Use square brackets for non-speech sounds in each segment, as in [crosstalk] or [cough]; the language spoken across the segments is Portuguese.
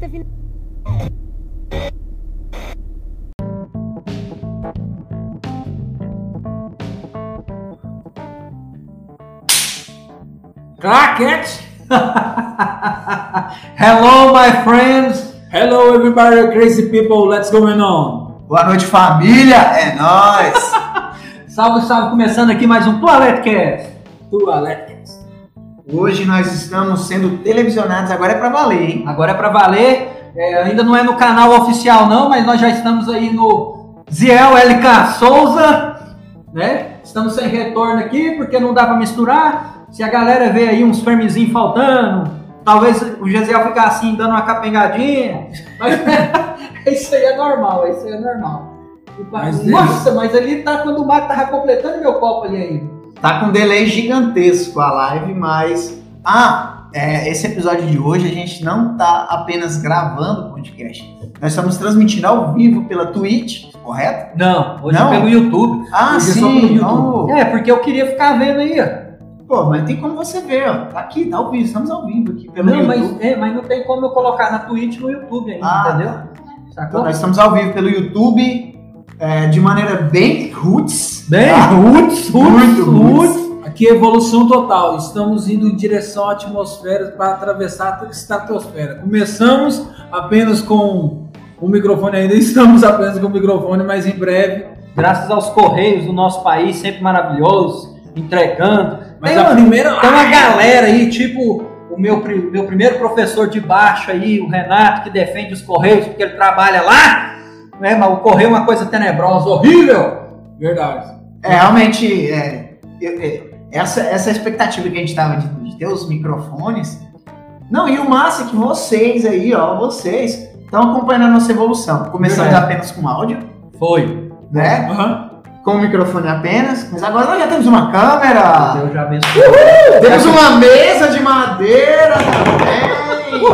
da vida. Cracket! [laughs] Hello, my friends! Hello, everybody, crazy people! Let's go on! Boa noite, família! É nóis! Salve, salve! Começando aqui mais um Toiletcast! Toiletcast! Hoje nós estamos sendo televisionados, agora é pra valer, hein? Agora é pra valer, é, ainda não é no canal oficial não, mas nós já estamos aí no Ziel LK Souza, né? Estamos sem retorno aqui, porque não dá pra misturar. Se a galera vê aí uns framezinhos faltando, talvez o Gesiel ficar assim, dando uma capengadinha. Mas [laughs] isso aí é normal, isso aí é normal. E pa- Mas é Nossa, mas ali tá quando o Mato tava completando meu copo ali ainda. Tá com um delay gigantesco a live, mas. Ah, é, esse episódio de hoje a gente não tá apenas gravando o podcast. Nós estamos transmitindo ao vivo pela Twitch, correto? Não, hoje Não? é pelo YouTube. Ah, Hoje é só sim! pelo YouTube. não. É, porque eu queria ficar vendo aí, ó. Pô, mas tem como você ver, ó. Tá aqui, tá ao vivo, estamos ao vivo aqui pelo Não, YouTube. mas, é, mas não tem como eu colocar na Twitch no YouTube ainda, Ah, entendeu? Então, Sacou? nós estamos ao vivo pelo YouTube, é, de maneira bem roots. Bem tá? roots, Muito roots. Aqui é evolução total. Estamos indo em direção à atmosfera para atravessar a estratosfera. Começamos apenas com o microfone, ainda [laughs] estamos apenas com o microfone, mas em breve. Graças aos Correios do nosso país, sempre maravilhoso, entregando. Mas tem, a uma, primeira. tem uma galera aí, tipo o meu, pri- meu primeiro professor de baixo aí, o Renato, que defende os Correios porque ele trabalha lá. Né, mas o Correio é uma coisa tenebrosa, horrível. Verdade. É, realmente, é, eu- é, essa, essa expectativa que a gente tava de, de ter os microfones. Não, e o massa é que vocês aí, ó, vocês estão acompanhando a nossa evolução. Começamos Verdade. apenas com áudio, Foi. né? Aham. Com o microfone apenas, mas agora nós já temos uma câmera, Deus já abençoe. temos uma mesa de madeira também.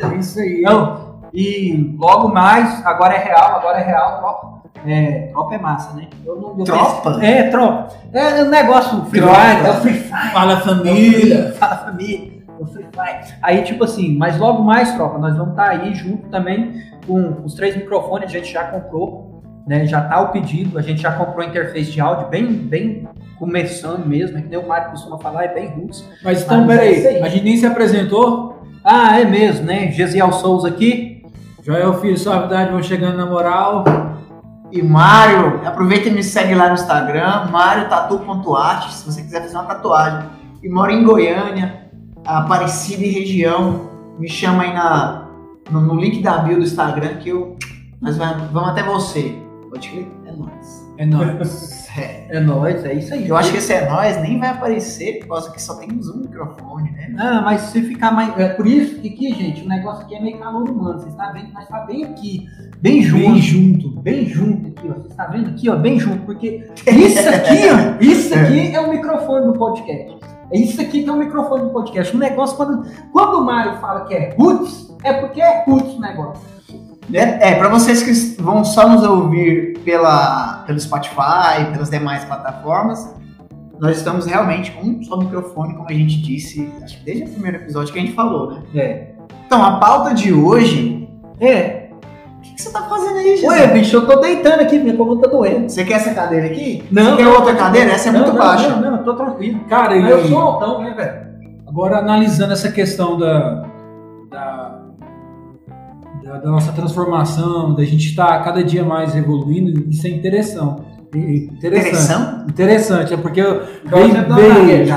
É isso aí. Não, e logo mais, agora é real, agora é real, tropa. É, tropa é massa, né? Eu não- eu Tropa? pensei- é, tropa. É um negócio Free Tropa. Fire, é o Free Fire. Fala família. Fala família, é o Free Fire. Aí, tipo assim, mas logo mais, tropa, nós vamos estar aí junto também com os três microfones, a gente já comprou, né? Já tá o pedido, a gente já comprou a interface de áudio bem, bem começando mesmo, é que nem o Mário costuma falar, é bem roots. Mas então, Mas é peraí, isso aí. a gente nem se apresentou. Ah, é mesmo, né? Gesiel Souza aqui. Joel Filho, suavidade, vão chegando na moral. E Mário, aproveita e me segue lá no Instagram, mariotatu.arte, se você quiser fazer uma tatuagem. E mora em Goiânia, Aparecida e região. Me chama aí na, no, no link da bio do Instagram que eu, nós vai- vamos até você. Pode crer? É nóis. É [laughs] nóis. É, É nóis, é isso aí. Eu acho que esse é nóis nem vai aparecer, por causa que só temos um microfone, né? Ah, mas se ficar mais. É por isso que aqui, gente, o negócio aqui é meio calor humano. Vocês estão vendo, nós tá bem aqui. Bem junto. Bem junto. Bem junto aqui, ó. Vocês estão vendo aqui, ó, bem junto. Porque isso aqui, [laughs] ó, isso aqui é o microfone do podcast. É isso aqui que é o microfone do podcast. O negócio, quando, quando o Mário fala que é roots, é porque é roots o negócio. É, é para vocês que s- vão só nos ouvir pela, pelo Spotify, pelas demais plataformas, nós estamos realmente com um só microfone, como a gente disse, acho que desde o primeiro episódio que a gente falou, né? É. Então, a pauta de hoje, É. o que, que você tá fazendo aí, Jesus? Ué, bicho, eu tô deitando aqui, minha coluna tá doendo. Você quer essa cadeira aqui? Não. Você quer outra cadeira? Essa é Não, muito não, baixa. Não, não, eu tô tranquilo. Cara, e Eu sou altão, né, velho? Agora, analisando essa questão da, da, da- da nossa transformação, da gente estar cada dia mais evoluindo, isso é interessante. Interessante. Interessante. Interessante, é porque eu Então, você tá na veio. gagueja,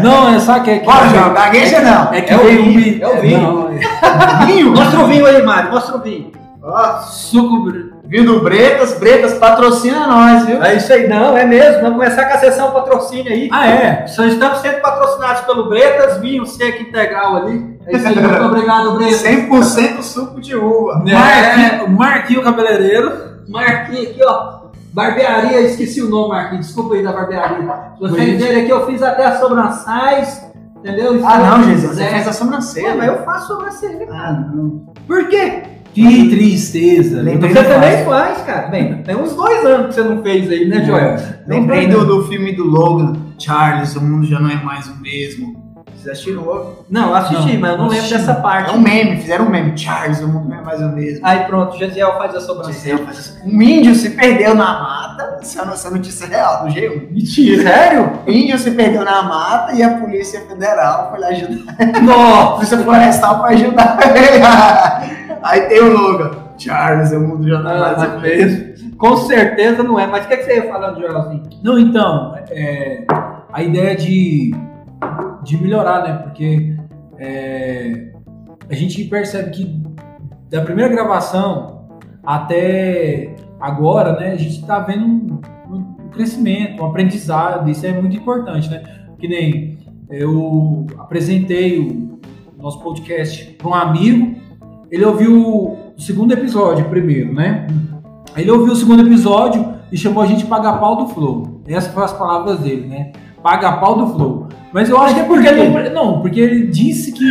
[laughs] Não, é só que é que. Bora, João, gagueja não. É que É o veio vinho, um. é o vinho. Não, é- Vinho. Mostra o vinho aí, Mário, mostra o vinho. Ó, Suco. vinho do Bretas, Bretas patrocina nós, viu? É isso aí, não, é mesmo. Vamos começar com a sessão patrocínio aí. Ah, é? Só estamos sendo patrocinados pelo Bretas, vinho seco integral ali. É isso aí, muito obrigado, [laughs] Bretas. 100% suco de uva. Né? Marquinho, É, Marquinho Cabeleireiro. Marquinhos aqui, ó. Barbearia, esqueci o nome, Marquinhos. Desculpa aí da barbearia. Se vocês Bonito. verem aqui, eu fiz até as sobrançais, entendeu? Isso Ah, não, aí, Jesus, você é. fez a É, sobrancelha. mas eu faço sobrancelha. Ah, não. Por quê? Que tristeza. Lembra- Você também faz, cara. Bem, tem uns dois anos que você não fez aí, né, Joel? Lembrei do, do filme do Logan, Charles, o mundo já não é mais o mesmo. Vocês assistiram logo? Não, eu assisti, Não, mas eu não não lembro assisti. dessa É parte. um meme, fizeram um meme. Charles, o mundo não é mais o mesmo. Aí pronto, Gesiel faz a sobrancelha. Um índio se perdeu na mata. Isso é uma essa notícia real, do G1. Mentira. Sério? Índio se perdeu na mata e a Polícia Federal foi lá ajudar. A Nossa! Polícia Florestal foi ajudar ele. [laughs] Aí tem o Logan. Charles, o mundo já não Ah, é mais tá o mesmo. Com certeza não é, mas o que, que você ia falando, Joelzinho? Não, então, é, a ideia de, de melhorar, né? Porque é, a gente percebe que da primeira gravação até agora, né? A gente tá vendo um, um crescimento, um aprendizado, isso é muito importante, né? Que nem eu apresentei o nosso podcast para um amigo, ele ouviu o segundo episódio primeiro, né? Ele ouviu o segundo episódio e chamou a gente paga pau do Flow. Essas foram as palavras dele, né? Paga pau do Flow. Mas eu acho que é porque ele não, não, porque ele disse que,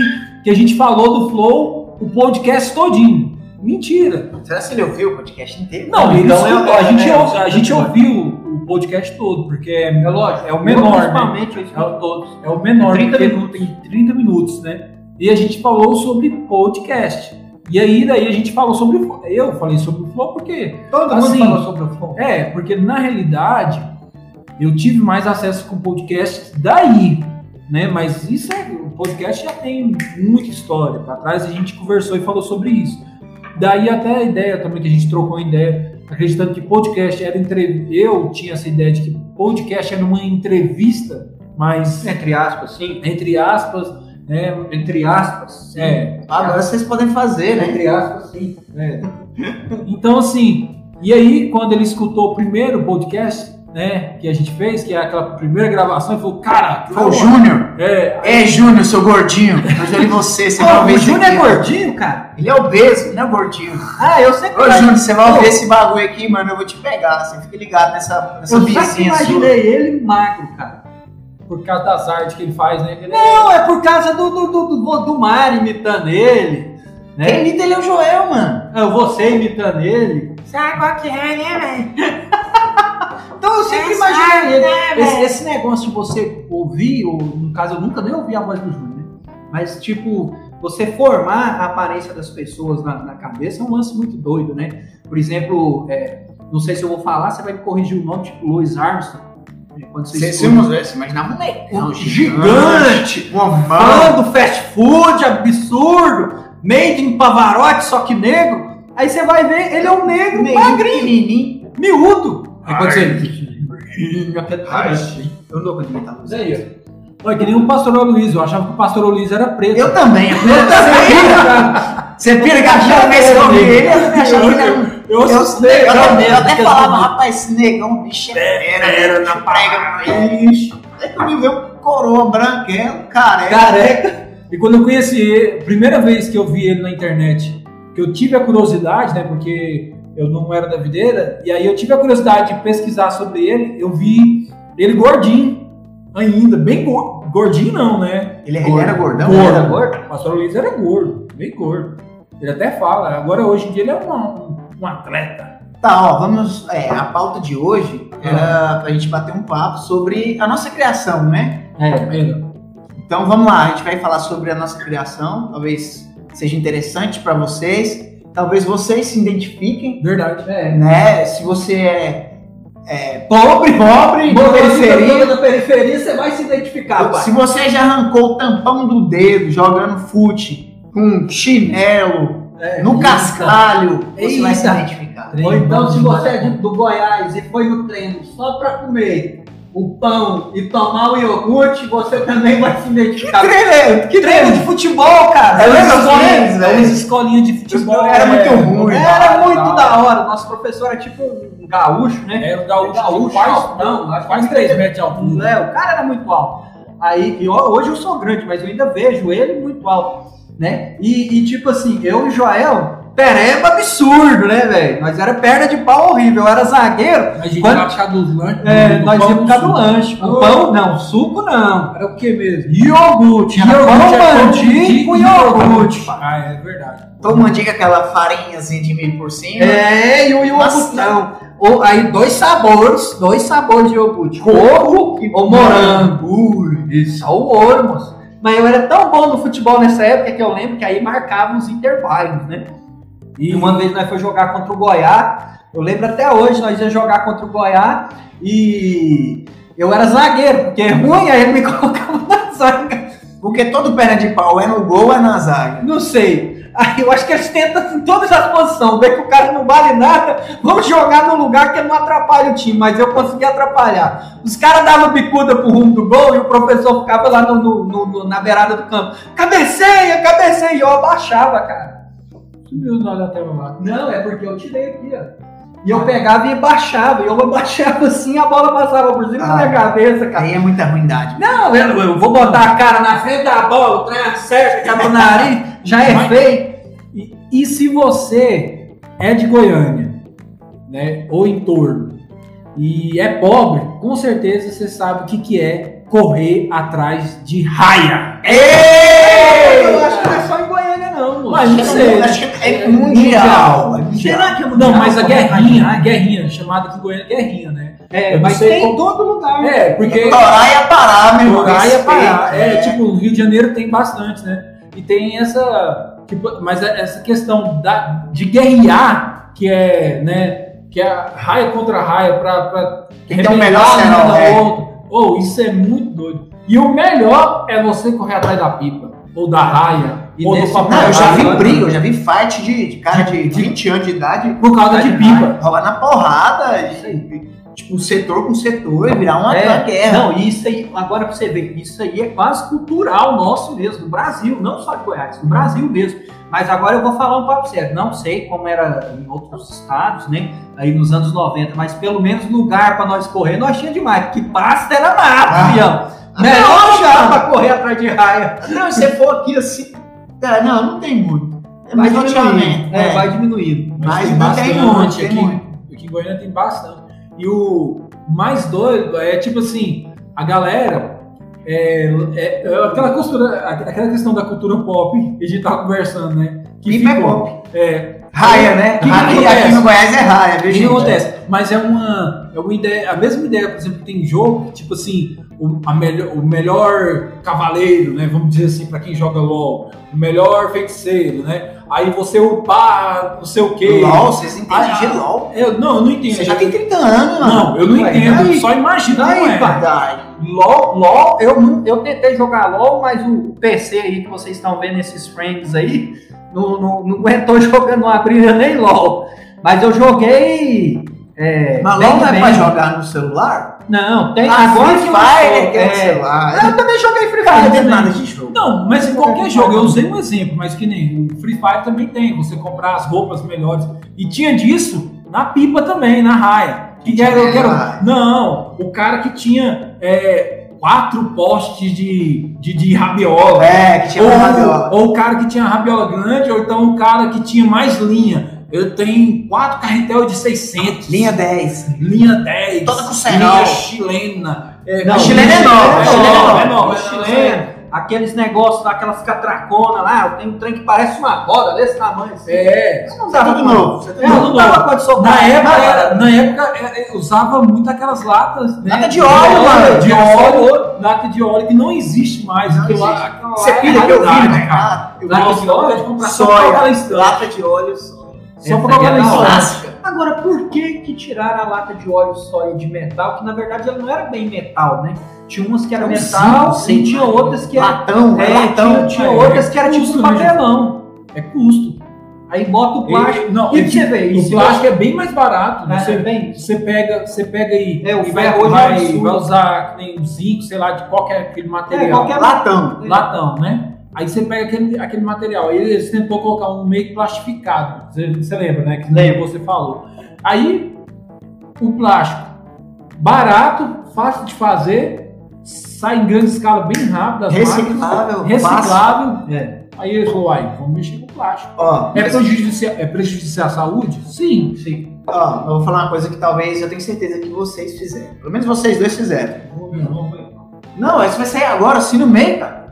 que a gente falou do Flow o podcast todinho. Mentira. Será que ele ouviu o podcast inteiro? Não, Então então eu- a, gente, é, ouve- a gente ouviu o podcast todo, porque é, É lógico. É o menor, Principalmente eu escuto todos. é o menor. 30 porque Tem 30 minutos, né? E a gente falou sobre podcast. E aí, daí a gente falou sobre. o Flow. Eu falei sobre o Flow porque Todo Assim, mundo falou sobre o fogo. É, porque na realidade eu tive mais acesso com podcast daí, né? Mas isso é, o podcast já tem muita história. Pra trás a gente conversou e falou sobre isso. Daí até a ideia também que a gente trocou uma ideia, acreditando que podcast era entre eu tinha essa ideia de que podcast era uma entrevista, mas Entre aspas, sim. entre aspas, né? Entre aspas, sim. É, Agora vocês podem fazer, né? Entre aspas, sim. É. Então, assim, e aí, quando ele escutou o primeiro podcast, né, que a gente fez, que é aquela primeira gravação, ele falou, cara, Foi Ah, o pô, Júnior. é, É, Júnior, seu gordinho. Mas ele você, [laughs] você vai Pô, ouvir o isso Júnior é aqui, né? ó. gordinho, cara? Ele é obeso, ele não é gordinho. Ah, eu sei que Ô, vai- Júnior, você vai Ô, ouvir esse bagulho aqui, mano, eu vou te pegar. Você fica ligado nessa, nessa Eu já vizinha sua. imaginei É ele magro, cara. por causa das artes que ele faz, né, que ele- Não, é por causa do, do, do, do, do Mar imitando ele. Quem Né? imita ele é o Joel, mano. Ah, Você imitando ele. Sabe qual que é, né, velho? Então eu sempre É imaginei sabe, ele. né, Esse, velho? esse negócio de você ouvir, ou no caso eu nunca nem ouvi a voz do Júnior, né? Mas tipo, você formar a aparência das pessoas na, na cabeça é um lance muito doido, né? Por exemplo, é, não sei se eu vou falar, você vai me corrigir o nome, tipo Louis Armstrong. né? Quando você Você se escuta- você imaginava um negão gigante, Uma mão. fã do fast food, absurdo, made in Pavarotti, só que negro. Aí você vai ver, ele é um negro, magrinho, Pequenininho. miúdo. Aí quando Ai. você... Ai, Eu não vou imitar Mas é isso. Olha, que nem o Pastor Luiz, eu achava que o Pastor Luiz [laughs] era preto. Eu também. Eu também. Você pira que a primeira vez que eu vi ele, eu também achava que ele era um é Eu, Eu, eu, sei, eu, também, eu até porque falava, assim, rapaz, esse negão, bicho, é fera, bicho, prega, bicho. Aí quando eu vi um coroa branquelo, careca. Careca. E quando eu conheci ele, primeira vez que eu vi ele na internet, que eu tive a curiosidade, né? Porque eu não era da videira, e aí eu tive a curiosidade de pesquisar sobre ele, eu vi ele gordinho ainda, bem gordo. Gordinho não, né? Ele, é, ele era gordão? né? Gordo. Ele era O pastor Luiz era gordo, bem gordo. Ele até fala, agora hoje em dia ele é uma- um, um atleta. Tá, ó, vamos. é, a pauta de hoje Ah. era pra gente bater um papo sobre a nossa criação, né? É. Entendeu? Então vamos lá, a gente vai falar sobre a nossa criação, talvez seja interessante pra vocês, talvez vocês se identifiquem, Verdade. É. né? Se você é, é Pobre, pobre, de periferia, da periferia, você vai se identificar, pai. Se você já arrancou o tampão do dedo jogando fute com chinelo É. no cascalho, você vai se Eita. identificar. Ou então, se você é de- do Goiás e foi no treino só pra comer o pão e tomar o iogurte, você também vai se identificar. é? treino, que de futebol, cara! Eu Umas lembro escolinhas- deles, velho. umas escolinhas de futebol. Era muito é, ruim. Era muito da hora. Nosso professor era tipo um gaúcho, né? Era é, o gaúcho, Gaúcho, quase, não, acho que quase não 3 tem- metros de altura. Né, o cara era muito alto. Aí, e ho- hoje eu sou grande, mas eu ainda vejo ele muito alto, né? E, e tipo assim, eu e Joel, pereba absurdo, né, velho? Nós era perna de pau horrível, eu era zagueiro, A gente Quando- ia puxar do lanche. é, do nós pão íamos com por causa do suco. lanche. O Ah. pão não, suco não. Era o que mesmo? Iogurte, era é pão bandido com iogurte. Ah, é verdade. Toma dica Então aquela farinhazinha de milho por cima. É, e o iogurtão. Ou, aí dois sabores, dois sabores de iogurte. Coco ou morango. Ui, Isso, só o ouro, moço. Mas eu era tão bom no futebol nessa época que eu lembro que aí marcavam os intervalos, né? E uma vez nós foi jogar contra o Goiás. Eu lembro até hoje, nós ia jogar contra o Goiás e eu era zagueiro, porque é ruim, aí ele me [laughs] colocava na zaga. Porque todo perna de pau é no gol ou é na zaga. Não sei. Aí eu acho que eles tentam em todas as posições, ver que o cara não vale nada, vamos jogar num lugar que não atrapalha o time, mas eu consegui atrapalhar. Os caras davam bicuda pro rumo do gol e o professor ficava lá no- no- no- no- na beirada do campo. Cabeceia, cabeceia, e eu abaixava, cara. Sumiu do olho até o lado. Não, é porque eu tirei aqui, ó. E eu pegava e baixava, e eu abaixava assim, a bola passava por cima da minha Ah. cabeça, cara. Aí é muita ruindade. Não, eu, eu Tá vou botar a cara na frente da bola, o trem acerta, cai no nariz, já é Mas- feio. E, e se você é de Goiânia, né, ou em torno, e é pobre, com certeza você sabe o que, que é correr atrás de raia. Eu acho que não é só em Goiânia, não, moço. Mas não sei. Acho que é mundial. É mundial. Será que é mundial? Não, mas a Correr atrás de guerrinha, a raia? guerrinha, chamada aqui em Goiânia guerrinha, né? É, Eu mas não sei tem em como- todo lugar. É, porque Torar ia parar, meu irmão. Jogar ia respeita. parar. É, tipo, o Rio de Janeiro tem bastante, né? E tem essa. Tipo, mas é- essa questão da, de guerrear, que é, né? Que é raia contra raia, pra, pra Quem tem o rebelar melhor é. um será o da rei. outra. Ou isso é muito doido. E o melhor é você correr atrás da pipa, ou da raia, E ou do nesse- papel. né? Não, eu já vi alho, briga, eu já vi fight de, de cara de 20 anos de idade Por causa de pipa. rolar na porrada, e, tipo, setor com setor e virar uma, É, uma guerra. Não, isso aí, agora pra você ver, isso aí é quase cultural nosso mesmo, do Brasil, não só de Goiás, do Brasil mesmo. Mas agora eu vou falar um papo sério, não sei como era em outros estados, né, aí nos anos 90, mas pelo menos lugar pra nós correr nós tinha demais, porque pasta era Ah. nada, fião. Melhor lugar pra correr atrás de raia. Não, se você for aqui assim. Cara, não, não tem muito. É Vai mais relativamente. diminuindo, é, É, vai diminuindo. tem Mas ainda tem bastante muito, tem aqui. muito. Aqui em Goiânia tem bastante. E o mais doido é tipo assim, a galera. É, é- é aquela, costura, aquela questão da cultura pop que a gente tava conversando, né? Que Pipa é ficou- pop. É, Raia, né? Que que Raia, acontece? aqui no Goiás é raia, o viu, que gente? acontece? Mas é uma, é uma ideia, a mesma ideia, por exemplo, que tem jogo, tipo assim, o, a melhor, o melhor cavaleiro, né? Vamos dizer assim, pra quem joga LOL, o melhor feiticeiro, né? Aí você upar, não sei o quê. LOL, vocês entendem Ah, de LOL? Eu, não, eu não entendo. Você já tem 30 anos, mano. Não, eu não Ué, entendo, aí- só imagina aí, como é. pai. Verdade. LOL, LOL, eu, não- eu tentei jogar LOL, mas o PC aí que vocês estão vendo esses frames aí, não, não, não aguentou [laughs] jogando, não abria nem LOL. Mas eu joguei. É, Mas Bang LOL não é pra Bang. jogar no celular? Não, tem Ah, agora Free que Fire, que é no é, celular. Eu também joguei Free Cara, Fire. não tem também. nada de jogo. Não, mas em qualquer jogo, eu usei um exemplo, mas que nem o Free Fire também tem, você comprar as roupas melhores. E tinha disso na pipa também, na raia. Que era, eu quero- raia. Não, o cara que tinha é, quatro postes de, de, de rabiola. É, que tinha ou, rabiola. ou o cara que tinha rabiola grande, ou então o cara que tinha mais linha. Eu tenho quatro carretel de 600. Linha 10. Linha 10. Toda com Linha serol. chilena. É, Não, com- chilena é nova, É chilena é nova, nova. é nova, Não, é chilena, Aqueles negócios lá, aquelas catraconas lá, tem um trem que parece uma roda desse tamanho. Assim. É. Não dava Tudo pra- novo. Você É, não dava pra Na soltar. época, era- na época é, é, usava muito aquelas latas, né? Lata de óleo, mano. De óleo, lata de óleo que não existe mais. Não aquilo lá- existe. aquilo lá Você é pilha que eu vi, raridade, né? cara. Ah, eu Lata gosto. de óleo é de comprar só pra Soia. Afeganistão. Lata de óleo, soia. Só Essa pra aqui é Afeganistão. da hora. Clássica. Agora, por que que tiraram a lata de óleo sólido de metal, que na verdade ela não era bem metal, né? Tinha umas que era Era um metal zinco, sim. e tinha outras que era... Latão, É, tinha, latão. tinha é, outras que era tipo custo, um né, papelão. É custo. Aí bota o plástico. Ele- não, E ele- você vê, o isso plástico é bem mais barato. né? Ah, Você, bem. você pega, você pega e, É, o e vai, ferro hoje é um vai- absurdo. vai usar que nem um zinco, sei lá, de qualquer aquele material. É, qualquer Latão. latão, né? Aí você pega aquele, aquele material. Aí eles tentou colocar um meio plastificado. Você, você lembra, né? Que Lembro. você falou. Aí o plástico barato, fácil de fazer, sai em grande escala bem rápido. as Reciclável. máquinas, reciclável. É. Aí eles falaram, "Uai, vamos mexer com o plástico. fácil. Ó, É prejudicial, é prejudicial à saúde? Sim. Sim. ó, eu vou falar uma coisa que talvez eu tenho certeza que vocês fizeram. Pelo menos vocês dois fizeram. Não, isso vai sair agora, assim no meio, cara.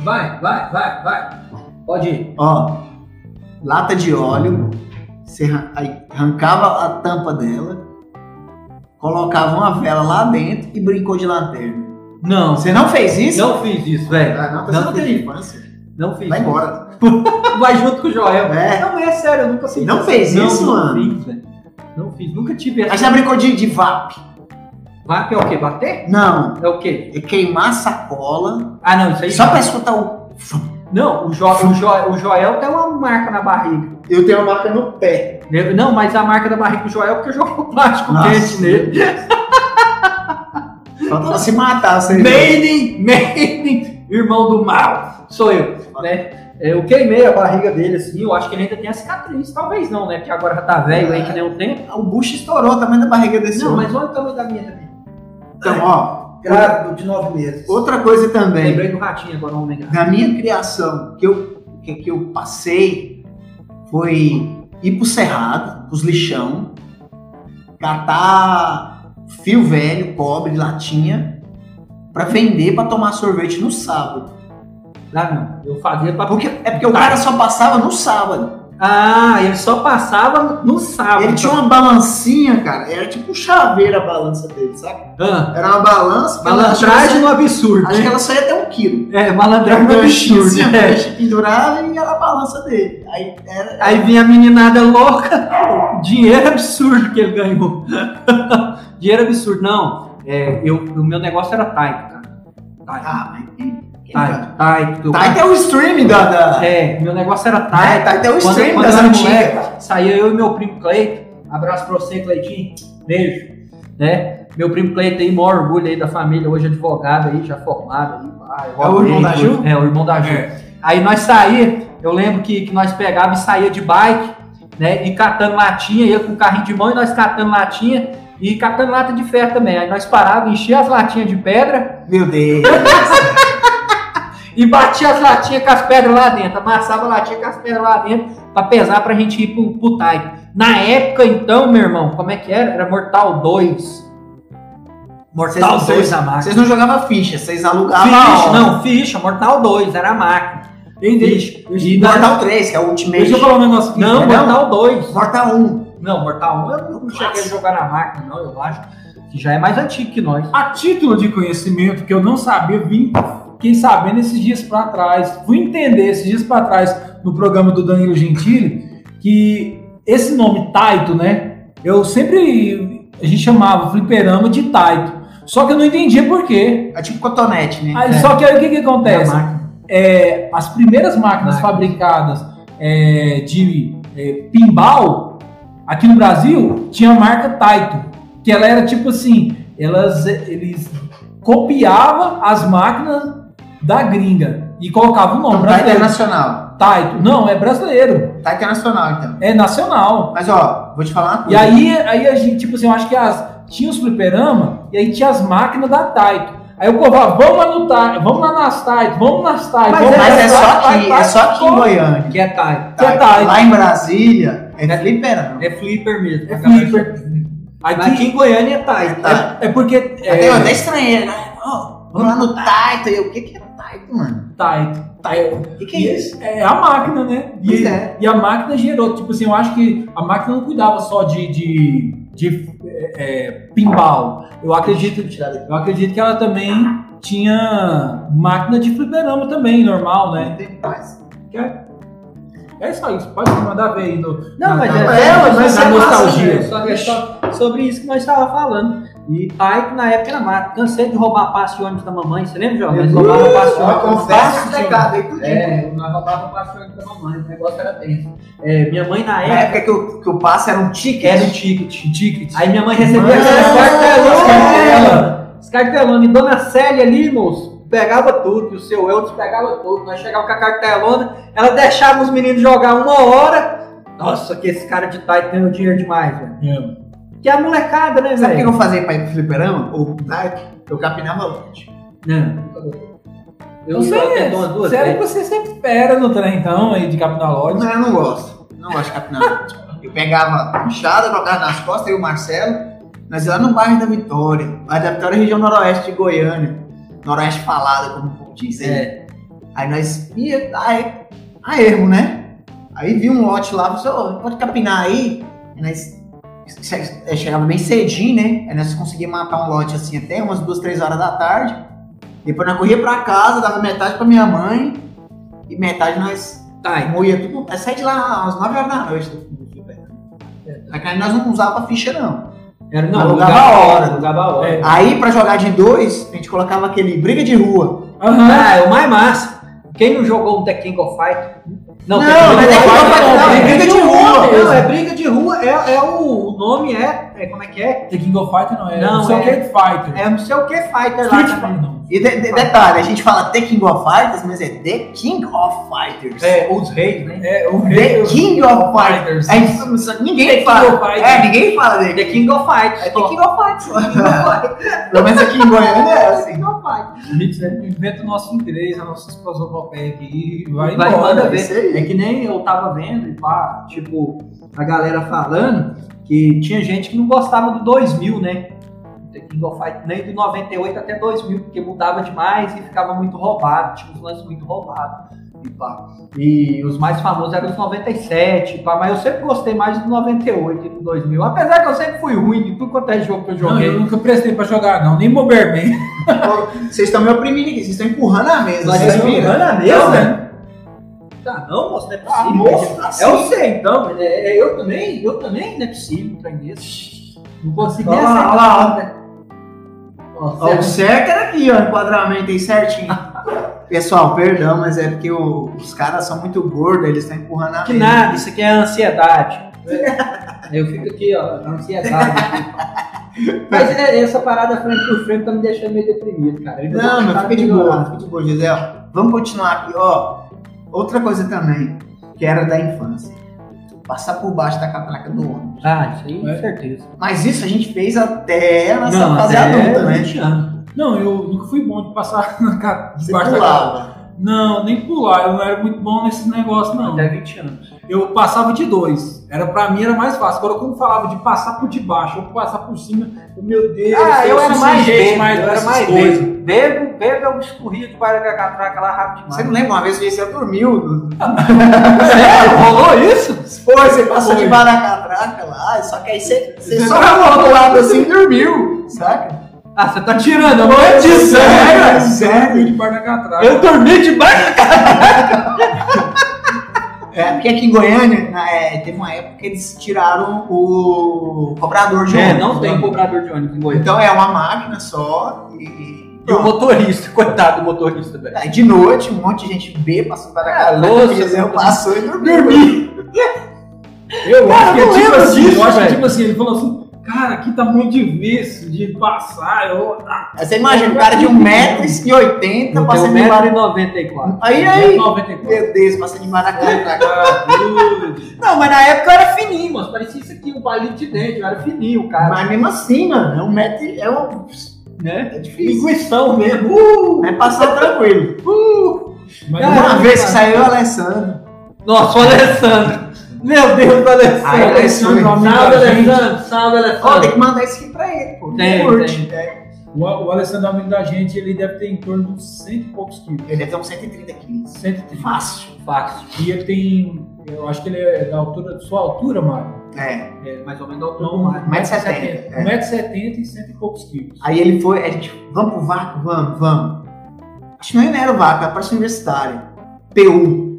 Vai, vai, vai, vai. Pode ir. Ó, lata de óleo. Você arran- aí arrancava a tampa dela, colocava uma vela lá dentro e brincou de lanterna. Não, Você não fez isso? não fiz isso, velho. Ah, não, você não, fiz, teve infância. não fiz. Vai [laughs] embora. Vai junto com o Joel. É. Não, é sério, eu nunca fiz. Não fez isso, não mano? Fiz, velho. não fiz, nunca tive Mas essa. já brincou de, de VAP? VAP é o quê? Bater? Não. É o quê? É queimar sacola Ah, não, isso aí. só pra escutar o. Não, o, Jo- o Jo- o Joel tem uma marca na barriga. Eu tenho uma marca no pé. Eu- Não, mas a marca da barriga do Joel é porque eu jogo [laughs] plástico Nossa. quente nele. [laughs] Só pra se matar, assim, né? você Maiden, Maiden, irmão do mal. Sou eu, né? Eu queimei a barriga dele assim, eu acho que ele ainda tem a cicatriz. Talvez não, né? Porque agora já tá velho aí que nem um tempo. O bucho estourou também da barriga desse Não, homem. mas olha o tamanho da minha também. Então, ó. Grávido de nove meses. Outra coisa também. Lembrei do ratinho agora, não lembro. na minha criação que eu, que, que eu passei foi ir pro cerrado, pros lixão, catar fio velho, cobre, latinha, pra vender pra tomar sorvete no sábado. Lá Ah, não, eu fazia pra. Porque, é Tá. porque o cara só passava no sábado. Ah, ele só passava no sábado. Ele tinha um uma balancinha, cara, era tipo um chaveiro a balança dele, sabe? Ah, Era uma balança, que ela- malandragem no absurdo. um Acho que né? ela só ia até um quilo. É, malandragem no absurdo. Assim, né? ó, Pendurava e era a balança dele. Aí era, Aí vinha a meninada louca, dinheiro absurdo que ele ganhou. [laughs] dinheiro absurdo, não. É, eu, o meu negócio era Taito, cara. Taito, Ah, mas quem- quem vai? Taito, Taito. Tá até o stream da. da... É, meu negócio era Tá, Taito. tá até o Quando- stream quando das era antigas. moleque, Saía eu e meu primo Cleito. Abraço pra você, Cleitinho. Beijo. Né? Meu primo Cleito aí, maior orgulho aí da família, hoje advogado aí, já formado aí. pá, É o irmão da Ju? É, o irmão da Ju. Aí nós saía, eu lembro que, que nós pegava e saía de bike, né? E catando latinha, ia com o carrinho de mão e nós catando latinha e catando lata de ferro também. Aí nós parava, enchia as latinhas de pedra Meu Deus. e batia as latinhas com as pedras lá dentro, amassava a latinha com as pedras lá dentro pra pesar pra gente ir pro, pro time. Na época, então, meu irmão, como é que era? Era Mortal 2. Mortal Vocês- 2 a máquina. Vocês não jogavam ficha, vocês alugavam. Ficha, ó, não, ficha, Mortal 2, era a máquina. Entende? E na- Mortal 3, que é o Deixa eu Ultimate. falar um negócio aqui. Não, Não? Mortal 2. Mortal 1. Não, Mortal 1 eu não cheguei a jogar na máquina, não, eu acho. Que já é mais antigo que nós. A título de conhecimento, que eu não sabia, vim, fiquei sabendo esses dias pra trás, fui entender esses dias pra trás no programa do Danilo Gentili, que esse nome Taito, né? Eu sempre. A gente chamava fliperama de Taito. Só que eu não entendia por quê. É tipo cotonete, né? Aí, Só que aí o que, que acontece? Na máquina. É, as primeiras máquinas Máquina. fabricadas é, de é, pinball aqui no Brasil tinha a marca Taito, que ela era tipo assim, elas eles copiavam as máquinas da gringa e colocavam o nome Então, tá brasileiro. internacional. Taito, não é brasileiro, Tá internacional, então. é nacional. Mas ó, vou te falar uma E coisa. aí, aí a gente, tipo assim, eu acho que as, tinha os fliperama e aí tinha as máquinas da Taito. Aí o povo, falava, vamos lá no Taito, vamos lá nas Taito, vamos nas Taito. mas, vamos mas nas é Taito, só Taito, aqui, é Taito, só aqui em Taito. Goiânia. Que é Taito. Que é Taito. Lá em Brasília tá é fliperama. É flipper mesmo. É flipper. Aqui, aqui em Goiânia é Taito. Tá. É porque. Até, eu É, até estranhei, né? Ó, vamos lá no Taito. E eu, o que que é Taito, mano? Taito. Taito. O que que é isso? É a máquina, né? Pois E, é. e a máquina gerou. Tipo assim, eu acho que a máquina não cuidava só de. de, de é, é, pinball. Eu acredito, Tirar daqui. eu acredito que ela também tinha máquina de fliperama também, normal, né? Não tem mais. É só isso, pode mandar ver aí no. Não, mas não, é, é, mas mas isso é nostalgia. massa, Só que é só sobre isso que nós estávamos falando. E Taito na época era mato. Cansei de roubar passe de ônibus da mamãe. Você lembra, João? Nós roubávamos passe de Só ônibus. confesso esse pecado aí tudinho. É, nós roubávamos passe de ônibus da mamãe. O negócio era tenso. É, minha mãe na Na época época que o, que o passe era um ticket. era o ticket. É. Ticket. Aí minha mãe recebeu Mano, aquelas as cartelonas. cartelonas. As cartelonas. E Dona Célia ali, moço, pegava tudo. E o seu Eudes pegava tudo. Nós chegava com a cartelona, ela deixava os meninos jogar uma hora. Nossa, que esse cara de Taito ganhou dinheiro demais, velho. É. Que é a molecada, né, Sabe o que velho? eu fazia pra ir pro fliperama? Ou pro Dark? Eu capinava longe. Não. Eu Então, eu você, tenho umas duas né? sério que vezes. você sempre espera no trem, então, aí de Capitão Lodge. Mas eu não gosto. Não gosto de capinar longe. Eu pegava a puxada, colocava nas costas, eu e o Marcelo. Nós ia lá no bairro da Vitória. O bairro da Vitória é região noroeste de Goiânia. Noroeste falada, como o povo diz aí. É. Aí nós ia a, a ermo, né? Aí vi um lote lá, falou, "Ô, pode capinar aí. Aí nós é, che- chegava bem cedinho, né? Aí nós conseguíamos matar um lote assim até umas duas, três horas da tarde. Depois nós corria pra casa, dava metade pra minha mãe e metade nós Tá, moía tudo. Nós saía de lá às 9 horas da noite. Naquela nós não usava ficha, não. era, não, Alugava a hora. Alugava a hora. É. Aí, pra jogar de dois, a gente colocava aquele briga de rua. Aham. Ah, é o mais massa. Quem não jogou um The King of Fight? Não, Tekken of mas Fight é que não, eu falo, não, é briga de rua. mesmo. Não, é briga de rua. É, é o, o nome é, é- Como é que é? The King of Fighter não, é Não, não sei o é- que Fighter. É não sei o que Fighter lá. Street também. Fighter, não. E de- de- detalhe, a gente fala The King of Fighters, mas é The King of Fighters. É, os reis, né? É, o The rei. King of Fighters. Fighters. A gente não sabe- The ninguém King fala. of Fighters. É, ninguém fala dele. The King of Fight. É The King of Fighters. [laughs] Pelo menos aqui em Goiânia é assim. A gente né, inventa o nosso inglês, a nossa esposopopeia aqui e vai, Vai embora. manda é ver. isso aí. É que nem eu tava vendo e pá, tipo, a galera falando que tinha gente que não gostava do 2000, né? The King of Fight, nem do 98 até 2000, porque mudava demais e ficava muito roubado, tinha uns lances muito roubados. E, pá. e os mais famosos eram os 97, pá, mas eu sempre gostei mais do 98 e do 2000, apesar que eu sempre fui ruim de tudo quanto é jogo que eu Não, joguei. eu nunca prestei pra jogar, não. Nem Bomberman. Vocês estão me oprimindo aqui, vocês estão empurrando a mesa. Nós vocês estamos viram? empurrando a mesa? Não, né? Tá, não, moço, não é Ah, possível. moço, tá Eu assim. sei, então, mas é- é- eu também, eu também não é possível pra inglês. Não consegui Olha lá, aceitar. né? olha Ó, Ó, O certo. certo era aqui, ó, enquadramento aí certinho. Pessoal, perdão, mas é porque o- os caras são muito gordos, eles estão empurrando a que mesa. nada, isso aqui é ansiedade. Eu fico aqui, ó, na ansiedade. aqui. Mas é, essa parada frente por frente tá me deixando meio deprimido, cara. Eu ainda Não, vou mas tentar fica de melhorar. boa, fica de boa, Gisele. Vamos continuar aqui, ó. Outra coisa também, que era da infância. Passar por baixo da catraca do ônibus. Ah, isso aí, com É. certeza. Mas isso a gente fez até a nossa Não, fase até adulta, né? 20 anos. Não, eu nunca fui bom de passar [laughs] na ca- Você debaixo da pulava. cama. Não, nem pular. Eu não era muito bom nesses negócios, não. Até 20 é anos. Eu passava de dois. Era, pra mim era mais fácil. Agora, quando falava de passar por debaixo ou passar por cima, eu, meu Deus, Ah, eu, era sou mais sujeito bebo, eu pra era essas mais coisas. bebo. Bebo, bebo, é um eu escorria de barriga da catraca lá rápido Você demais. não lembra uma vez que você dormiu? Sério? Rolou isso? Pô, você passou É. Foi. de debaixo da catraca lá, só que aí você, você Você só rolou do lado assim e dormiu, saca? Ah, você tá tirando, eu não É de acredito. sério, é Eu sério. de barra da catraca. Eu dormi debaixo da É, porque aqui em Goiânia, na- é, teve uma época que eles tiraram o cobrador de É, ônibus. né? não tem cobrador de ônibus em Goiânia. Então é uma máquina só e- e... Então, E o motorista, [laughs] coitado do motorista, velho. Aí de noite, um monte de gente bê, passou para É, a catraca, louça, Gisele louça. passou e dormiu. Eu Cara, acho que é eu não tipo lembro assim, disso, eu acho que é velho. tipo assim, ele falou assim, cara, aqui tá muito difícil de passar. Eu, ah, Aí você imagina, um cara de assim, tá 1,80m Então, passando de barra. 1,94m. Aí, aí, 94. meu Deus, passando de barra da catraca. Ah, doido. Não, mas É na época eu era fininho, [laughs] mas parecia isso aqui, um palito de dente, eu era fininho, cara. Mas mesmo assim, mano, é um metro, e- é um... Né? É difícil. Linguição mesmo. Uh, É passar tranquilo. uh. Mas Cara, eu- Uma vez que saiu o Alessandro. Nossa, o Alessandro. Meu Deus, o Alessandro. Ai, Alessandro, salve, amigo da gente. Alessandro. Salve, Ó, Alessandro. tem que mandar isso aqui pra ele, pô. Ele Ah. Tem, curte. É. o, o Alessandro, amigo da gente, ele deve ter em torno de uns cento e poucos quilos. Ele é deve ter uns 130 quilos. 130. Fácil. Fácil. E ele tem, eu acho que ele é da altura, sua altura, Mário. É. É, mais ou menos da altura do Então, mar. 1,70. 1,70 é. 1,70 e cento e poucos [laughs] quilos. Aí ele foi, a gente, vamos pro vácuo, vamos, vamos. Acho que não era o vácuo, era praça universitária. PU.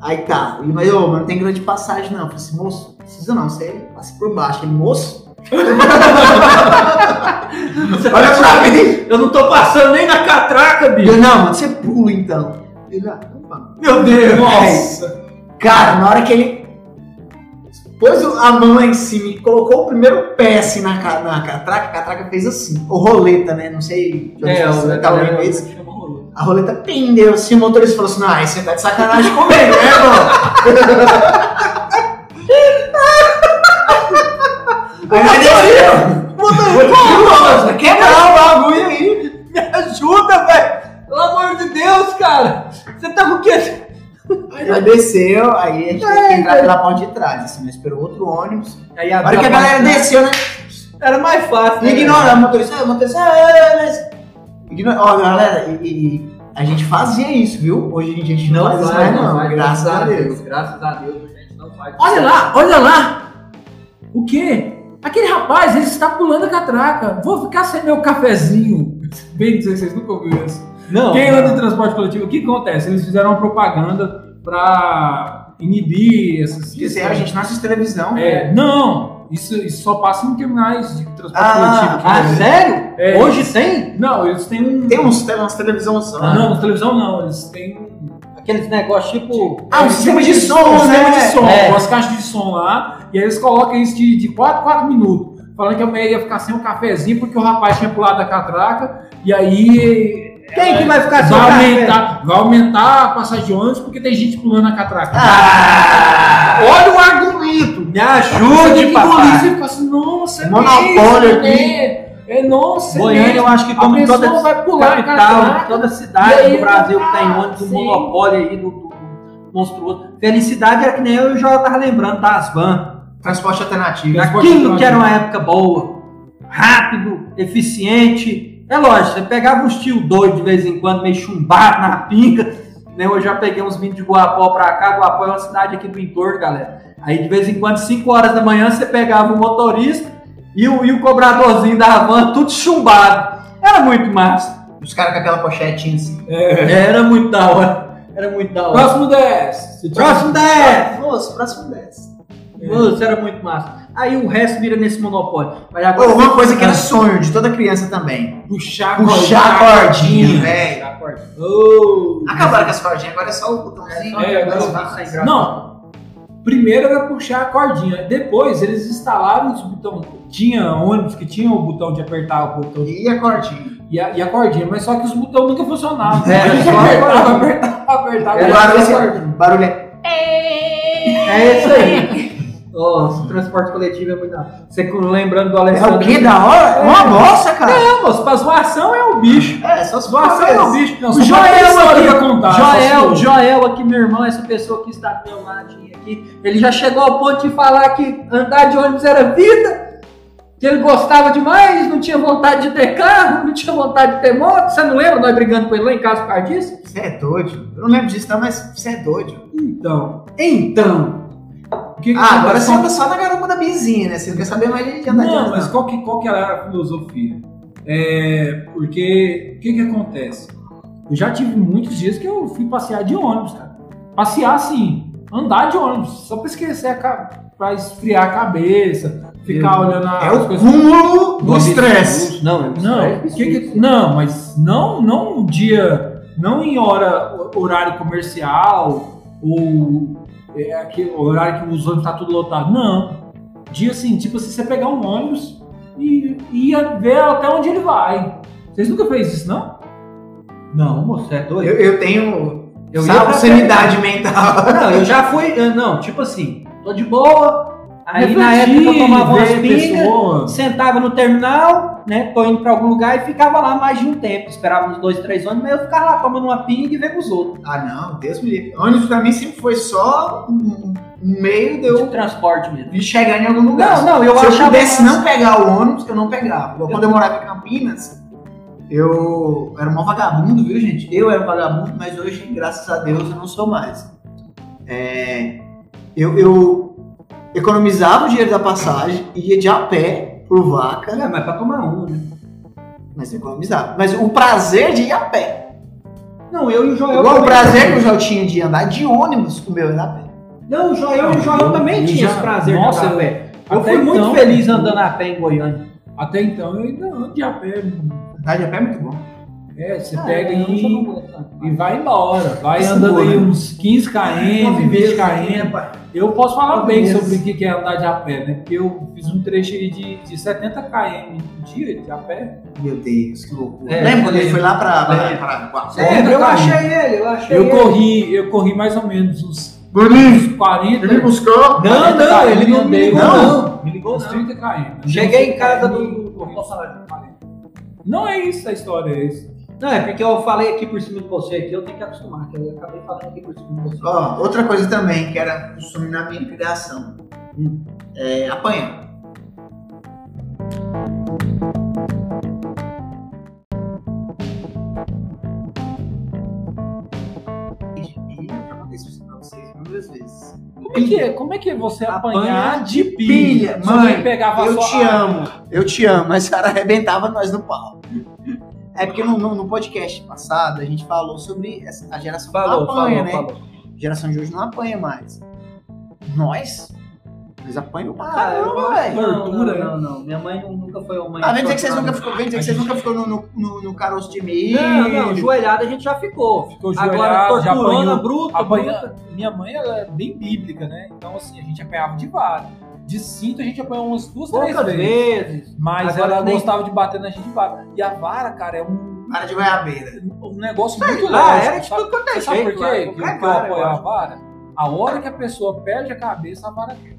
Aí tá. Ele falou, ô, mas não tem grande passagem não. Eu falei assim, moço, não precisa não, você passa por baixo. Ele, [laughs] moço, olha pra mim. Eu não tô passando nem na catraca, bicho. Eu, não, mano, você pula então. Ele, ah, então vamos. Meu Deus. Nossa! Cara, na hora que ele pôs o- a mão lá em cima e colocou o primeiro pé assim na, ca- na catraca, a catraca fez assim, ou roleta, né? Não sei de onde É, você o tá galera ouvindo isso. chama rolê. A roleta pendeu assim, o motorista falou assim: Não, você tá de sacanagem comigo, né, irmão? [laughs] Aí nós desceu. Motorista, quebrar o bagulho aí. Me ajuda, velho! Pelo amor de Deus, cara! Você tá com o quê? Aí nós desceu, aí a gente teve que entrar pela parte de trás, assim, nós esperou outro ônibus. Aí Na hora que a galera desceu, né? Era mais fácil. E né? ignora, motorista, motorista, é, mas... Ignora, ó, galera, e, e- a gente fazia isso, viu? Hoje em dia a gente não, faz isso mais não, faz, graças a Deus. Graças a Deus, a gente não faz. Olha lá, olha lá! O quê? Aquele rapaz, ele está pulando a catraca. Vou ficar sem meu cafezinho. [laughs] bem dizer que vocês nunca ouviram isso. Não. Quem anda em transporte coletivo, o que acontece? Eles fizeram uma propaganda pra inibir essas Isso a gente não assiste televisão. É, não, isso, isso só passa em terminais de transporte Ah, coletivo. Ah, que- sério? É. Hoje tem? Não, eles têm um. Tem um- uns tele- umas televisão só. Ah, Não, televisão não, eles têm um. Aqueles negócios tipo. Ah, um sistema de som, um sistema né? de som, É. com as caixas de som lá, e aí eles colocam isso de, de 4, 4 minutos. Falando que a mulher ia ficar sem um cafezinho porque o rapaz tinha pulado da catraca, e aí Quem que vai ficar vai café? né? aumentar, vai aumentar a passagem de ônibus porque tem gente pulando a catraca. Ah! Olha o argumento! Me Ah, ajude, Você papai! fica assim, nossa, é Monopólio mesmo, aqui. né? É, nossa, é Goiânia, eu acho que A como pessoa toda vai pular, capital, caraca. toda E cidade aí, do Brasil que tem ah, ônibus, um sim. monopólio aí do, do monstruoso. Felicidade era que nem eu e o Jó tava lembrando das van. Transporte alternativo. Transporte Aquilo que era alternativo. uma época boa, rápido, eficiente. É lógico, você pegava uns tio doido de vez em quando, meio chumbado na pinga. Né? Eu já peguei uns vinhos de Guapó pra cá. Guapó é uma cidade aqui do entorno, galera. Aí de vez em quando, 5 horas da manhã, você pegava o motorista e o, e o cobradorzinho da van, tudo chumbado. Era muito massa. Os caras com aquela pochetinha assim. Era muito da hora. Era muito da hora. É. Próximo 10. Próximo 10! É, Moço, próximo 10. Nossa, era muito massa. Aí o resto vira nesse monopólio. Mas agora. Ou uma coisa que era sonho de toda criança também. Puxar, Puxar a cordinha, velho. Puxar a cordinha. Oh. Acabaram com as cordinhas, agora é só o botãozinho. É, Agora não, vai. sem graça. Não. Primeiro era puxar a cordinha. Depois eles instalaram os botões. Tinha ônibus que tinha o botão de apertar o botão E a cordinha. e a, e a cordinha, mas só que os botões nunca funcionavam. É, a gente só- apertava, apertava, apertava. O barulho, esse barulho é. É isso [laughs] aí. Nossa, o transporte coletivo é muito da hora. Você com- lembrando do É o Alessandro. que da hora? Uma bosta, cara. Não, moço, pra zoação é o bicho. É, só se Zoação é o for. bicho. Não, O só Joel tem história aqui, pra contar. Joel, só se- Joel aqui, meu irmão, essa pessoa que está do meu ladinho aqui, ele já chegou ao ponto de falar que andar de ônibus era vida, que ele gostava demais, não tinha vontade de ter carro, não tinha vontade de ter moto. Você não lembra nós brigando com ele lá em casa por causa disso? Você é doido. Eu não lembro disso, não, mas você é doido. Então, Então, o que que Ah, agora acontece? você anda só na garupa da Bizinha, né? Você não quer saber mais de andar de Não, ônibus, mas qual que, qual que era a filosofia? É, porque o que que acontece? Eu já tive muitos dias que eu fui passear de ônibus, cara. Passear assim, andar de ônibus, só pra esquecer, a, ca- pra esfriar a cabeça, ficar Meu olhando a- É as o coisas. cúmulo do estresse. Não, Não, é o que que- não, mas não, não um dia, não em hora, horário comercial, ou é, aquele horário que os ônibus tá tudo lotado. Não. Dia assim, tipo assim, você pegar um ônibus e, e ia ver até onde ele vai. Vocês nunca fez isso, não? Não, moço, é doido. Eu, eu tenho Eu ia sabe, pra- sanidade mental. [laughs] Não, eu já fui. eu- Não, tipo assim, tô de boa. Aí na Refletir, época eu tomava umas ver pingas, pessoas. sentava no terminal, né? Tô indo pra algum lugar e ficava lá mais de um tempo. Esperava uns dois, três anos, mas eu ficava lá tomando uma pinga e vendo os outros. Ah, não, Deus me livre. Ônibus pra mim sempre foi só um um meio de De eu transporte mesmo. de chegar em algum lugar. Não, não, eu Se eu achava. pudesse não pegar o ônibus, eu não pegava. Quando eu morava em Campinas, eu era um vagabundo, viu, gente? Eu era um vagabundo, mas hoje, graças a Deus, eu não sou mais. É, eu, eu economizava o dinheiro da passagem, ia de a pé pro Vaca, É, mas pra tomar um, né? mas eu economizava. Mas o prazer de ir a pé. Não, eu e o Joel. Igual o também prazer que tinha. eu já tinha de andar de ônibus com o meu era a pé. Não, o Joel e o Joel Eu- também eu tinha já- esse prazer Nossa, de andar a pé. Eu até fui muito então- feliz andando a pé em Goiânia. Até então eu ainda ando de a pé. Andar de a pé é muito bom. É, você Ah, pega eu não e. sou bom com isso, não. E vai embora, vai Isso andando boa, aí né? uns 15 km, 20 assim, né? km. Eu posso falar bem sobre o que que é andar de a pé, né? Porque eu fiz um trecho aí de, de 70 km por dia de a pé. Meu Deus, que loucura. É, Lembra quando ele é. foi lá pra, pra, É. pra Guarulhos? É, Ainda eu tá achei ele, eu achei Eu ele. corri, eu corri mais ou menos uns Bonito, 40, ele me buscou. Não, não, ele não me Andei, ligou, não. não. Me ligou, uns não. 30 km. Cheguei em casa do- do- do- Não é isso a história, é isso. Não, é porque eu falei aqui por cima de você aqui, eu tenho que acostumar, que eu acabei falando aqui por cima de você. Ó, outra coisa também que era costume na minha criação. É apanhar. E eu já contei isso pra vocês inúmeras vezes. Como é que é, como é, que é você apanhar, Apanhar de pilha? Só Mãe, quem pegava Eu só te a- amo, eu te amo, mas o cara arrebentava nós no pau. É porque no, no- no podcast passado a gente falou sobre essa- a geração que não Falou, apanha, falou, né? falou. A geração de hoje não apanha mais. Nós? Nós apanhamos pra Ah, eu caramba, acho- velho. não, não, Tortura. não, não. Minha mãe nunca foi uma mãe. Ah, vem dizer que vocês chocada. nunca ficou, vem dizer que vocês nunca ficou no, no, no- no caroço de milho. Não, não, joelhada a gente já ficou. Ficou Agora, joelhado, já apanhou. torturona, bruta, Apanha- bruta. Minha mãe ela é bem bíblica, né? Então, assim, a gente apanhava de vara. De cinto a gente apanhou umas duas, três Poucas vezes. vezes. Mas Agora ela nem- gostava de bater na gente de vara. E a vara, cara, é um, Para de goiabeira. um negócio muito Ah, lógico. era de sabe? tudo quanto é Você sabe por jeito. quê? lá, Que- que eu qualquer vara, eu apoio é a acho. vara? A hora que a pessoa perde a cabeça, a vara quebra.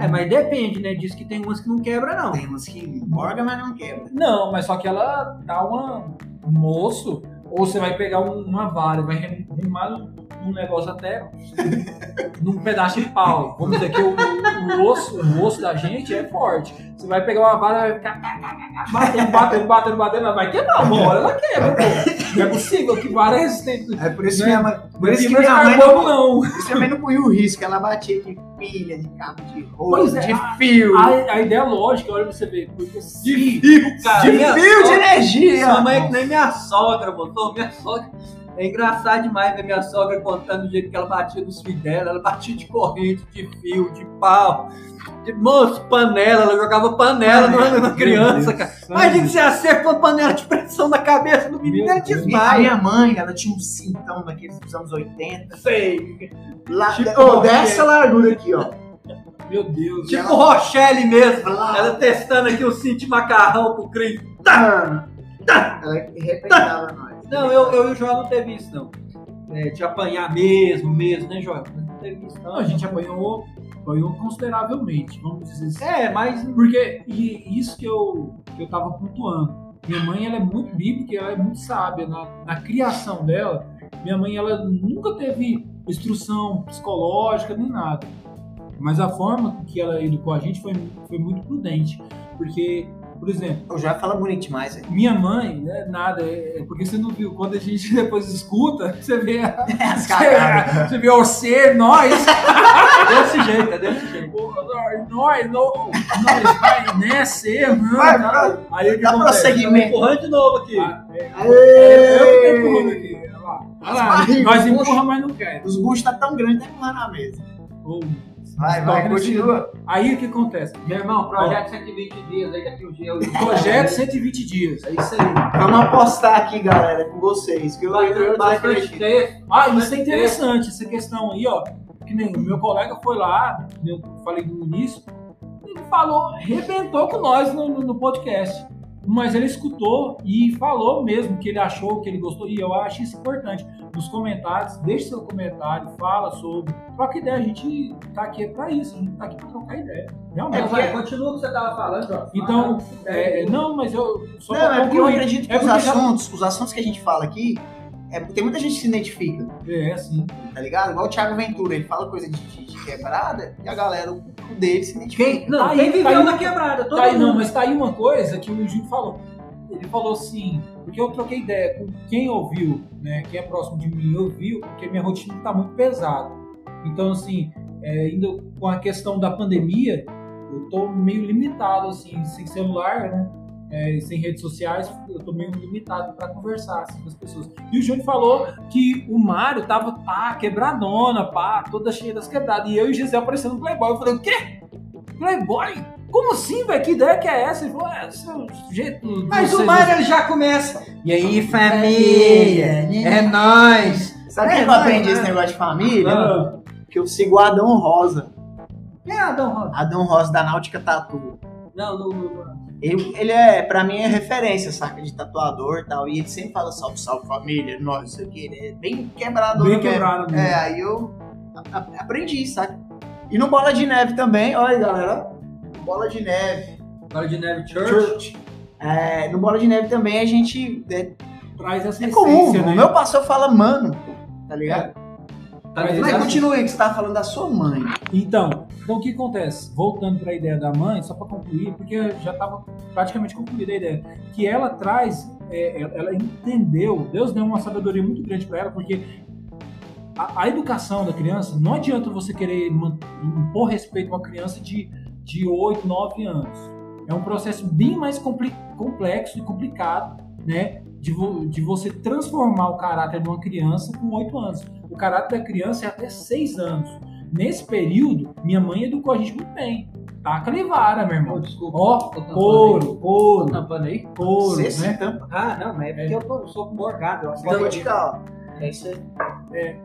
É, mas depende, né? Diz que tem umas que não quebra, não. Tem uns que morga, mas não quebra. Não, mas só que ela dá uma um moço, ou você vai pegar um- uma vara, e vai rimar um, um negócio [laughs] até num pedaço de pau. Vamos dizer que o, o- o osso, o osso da gente é forte. Você vai pegar uma vara e vai ficar tá, batendo, batendo, batendo, batendo, ela vai quebrar, uma hora ela quebra, pô. Não é possível que vara é resistente. É por isso que Né? minha mãe. Por isso que Fibra de minha mãe carbono, não, não. por isso que minha mãe não corria o risco. Ela batia de pilha, de cabo, de Pois rosto, é, de fio. A, a ideia lógica, olha pra você ver, porque se cara. de Minha fio de sogra- Minha Tá energia. mãe é que nem minha sogra, motor. Minha sogra. É engraçado demais ver minha sogra contando o jeito que ela batia nos filhos dela. Ela batia de corrente, de fio, de pau, de moço, panela. Ela jogava panela na, né, na criança, cara. Imagina se acerta uma panela de pressão na cabeça do menino, Meu ele Deus. Minha, desmaia. minha mãe, ela tinha um cintão daqueles dos anos 80. Sei. Lá, Tipo, ô, dessa largura aqui, ó. Meu Deus. Tipo Rochelle mesmo. Blá, Ela testando aqui o cinto de macarrão pro Cris. tá. Ela arrebentava nós. Não, eu, eu e o João não teve isso, não. É, de apanhar mesmo, mesmo, né, João? Não teve isso, não. Não, a gente apanhou, apanhou consideravelmente, vamos dizer assim. É, mas Porque, e isso que eu, que eu tava pontuando. Minha mãe, ela é muito bíblica, e ela é muito sábia. Na, na criação dela, minha mãe, ela nunca teve instrução psicológica nem nada. Mas a forma que ela educou a gente foi, foi muito prudente. Porque, por exemplo, Eu já falo bonito demais, velho. minha mãe, né, nada, é, é porque você não viu. Quando a gente [laughs] depois escuta, você vê, a- As [laughs] cagadas. você vê o ser, nós, é desse jeito, é desse jeito. Pô, Nós, nós, não- nós vai nessa, mano. Vai, vai. Aí o que Dá acontece? prosseguimento. Empurrando de novo aqui. Ah, É, eu que tô empurrando Aê! aqui. Olha lá. Olha As lá. barrigas, Nós puxa. empurra, mas não quer. Os buchos tá tão grandes, nem lá na mesa. Ou- Vai, Tá vai, crescido. continua. Aí o que acontece? Meu irmão, projeto 120 dias aí daqui um dia. [laughs] eu- Projeto 120 dias. É isso aí. Vamos apostar aqui, galera, com vocês. Que eu, Vai, então, eu, eu vai, desacredito. vai, Ah, isso é interessante, um essa questão aí, ó. Que nem o meu colega foi lá, eu falei no início, ele falou, arrebentou com nós no, no- no podcast. Mas ele escutou e falou mesmo o que ele achou, o que ele gostou, e eu acho isso importante. Nos comentários, deixe seu comentário, fala sobre. Troca ideia, a gente tá aqui é pra isso, a gente tá aqui pra trocar ideia. Realmente. É, Não, vai, continua o que você tava falando, Ah, João. Então, é, não, mas eu só Não, pra é porque eu concluir. acredito que É os porque já- assuntos, os assuntos que a gente fala aqui, é, tem muita gente que se identifica, É, assim. tá ligado? Igual o Thiago Ventura, ele fala coisa de, de- de quebrada e a galera, o cu dele se identifica. Quem, não, Tá aí, quem tá viveu aí. na quebrada, todo Tá aí, não, mundo. mas tá aí uma coisa que o Gil falou. Ele falou assim, porque eu troquei ideia com quem ouviu, né? Quem é próximo de mim ouviu, porque minha rotina tá muito pesada. Então, assim, é, ainda com a questão da pandemia, eu tô meio limitado, assim, sem celular, né? é, sem redes sociais, eu tô meio limitado para conversar assim, com as pessoas. E o Júnior falou que o Mário tava pá, quebradona, pá, toda cheia das quebradas. E eu e o Gisel parecendo um playboy. Eu falei, o quê? Playboy? Como assim, velho? Que ideia que é essa? Ele falou, é, seu jeito. de Mas o vocês- Mário ele já começa. E aí, É família? É nóis. Sabe É, quem eu vai, aprendi vai. esse negócio de família? Ah, Que eu sigo o Adão Rosa. É, Adão Rosa. Adão Rosa, da Náutica Tatu. Não, não, não. Ele, ele é, pra mim, é referência, saca? De tatuador e tal. E ele sempre fala salve, salve família, nós, isso aqui. Ele é bem quebrador Bem mesmo. quebrado mesmo. É, aí eu a- a- aprendi, saca? E no Bola de Neve também, olha aí, galera. Bola de Neve. Bola é, de Neve Church. Church. É, no Bola de Neve também a gente. É, Traz essa é comum, essência, né? o né? meu pastor fala mano, tá ligado? Tá É, Mas Mas ligado? continua aí que você tava falando da sua mãe. Então, então o que acontece? Voltando para a ideia da mãe, só para concluir, porque eu já estava praticamente concluída a ideia, que ela traz, é, ela ela entendeu, Deus deu uma sabedoria muito grande para ela, porque a, a educação da criança, não adianta você querer man- impor respeito a uma criança de, de 8, 9 anos. É um processo bem mais compli- complexo e complicado né? De, vo- de você transformar o caráter de uma criança com 8 anos. O caráter da criança é até 6 anos. Nesse período, minha mãe educou a gente muito bem. Taca levara, meu Ô, irmão. desculpa. Ó, Tô tampando couro, Tô couro, tampando aí? couro, Você Tá se né? tampa. Ah, não, mas é porque eu tô- sou morgado. Eu acho que Então, eu- vou te dar, ó. é isso aí.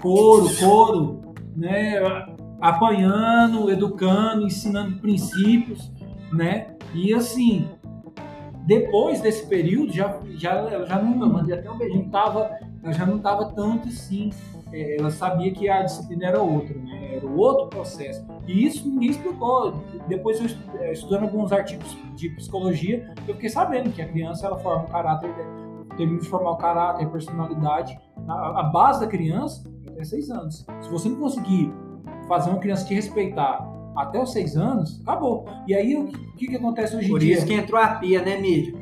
couro, couro, né? Apanhando, educando, ensinando princípios, né? E assim, depois desse período, já, já, ela já não, eu mandei até um beijinho, tava, ela já não tava tanto assim. É, ela sabia que a disciplina era outra, né? Era outro processo. E isso me explicou. Depois eu estu- eh, estudando alguns artigos de psicologia, eu fiquei sabendo que a criança ela forma o caráter, é, termina de formar o caráter, a personalidade a, a base da criança é até 6 anos. Se você não conseguir fazer uma criança te respeitar até os 6 anos, acabou. E aí o que, o que que acontece hoje em Por dia? isso que entrou a pia, né, Mídio?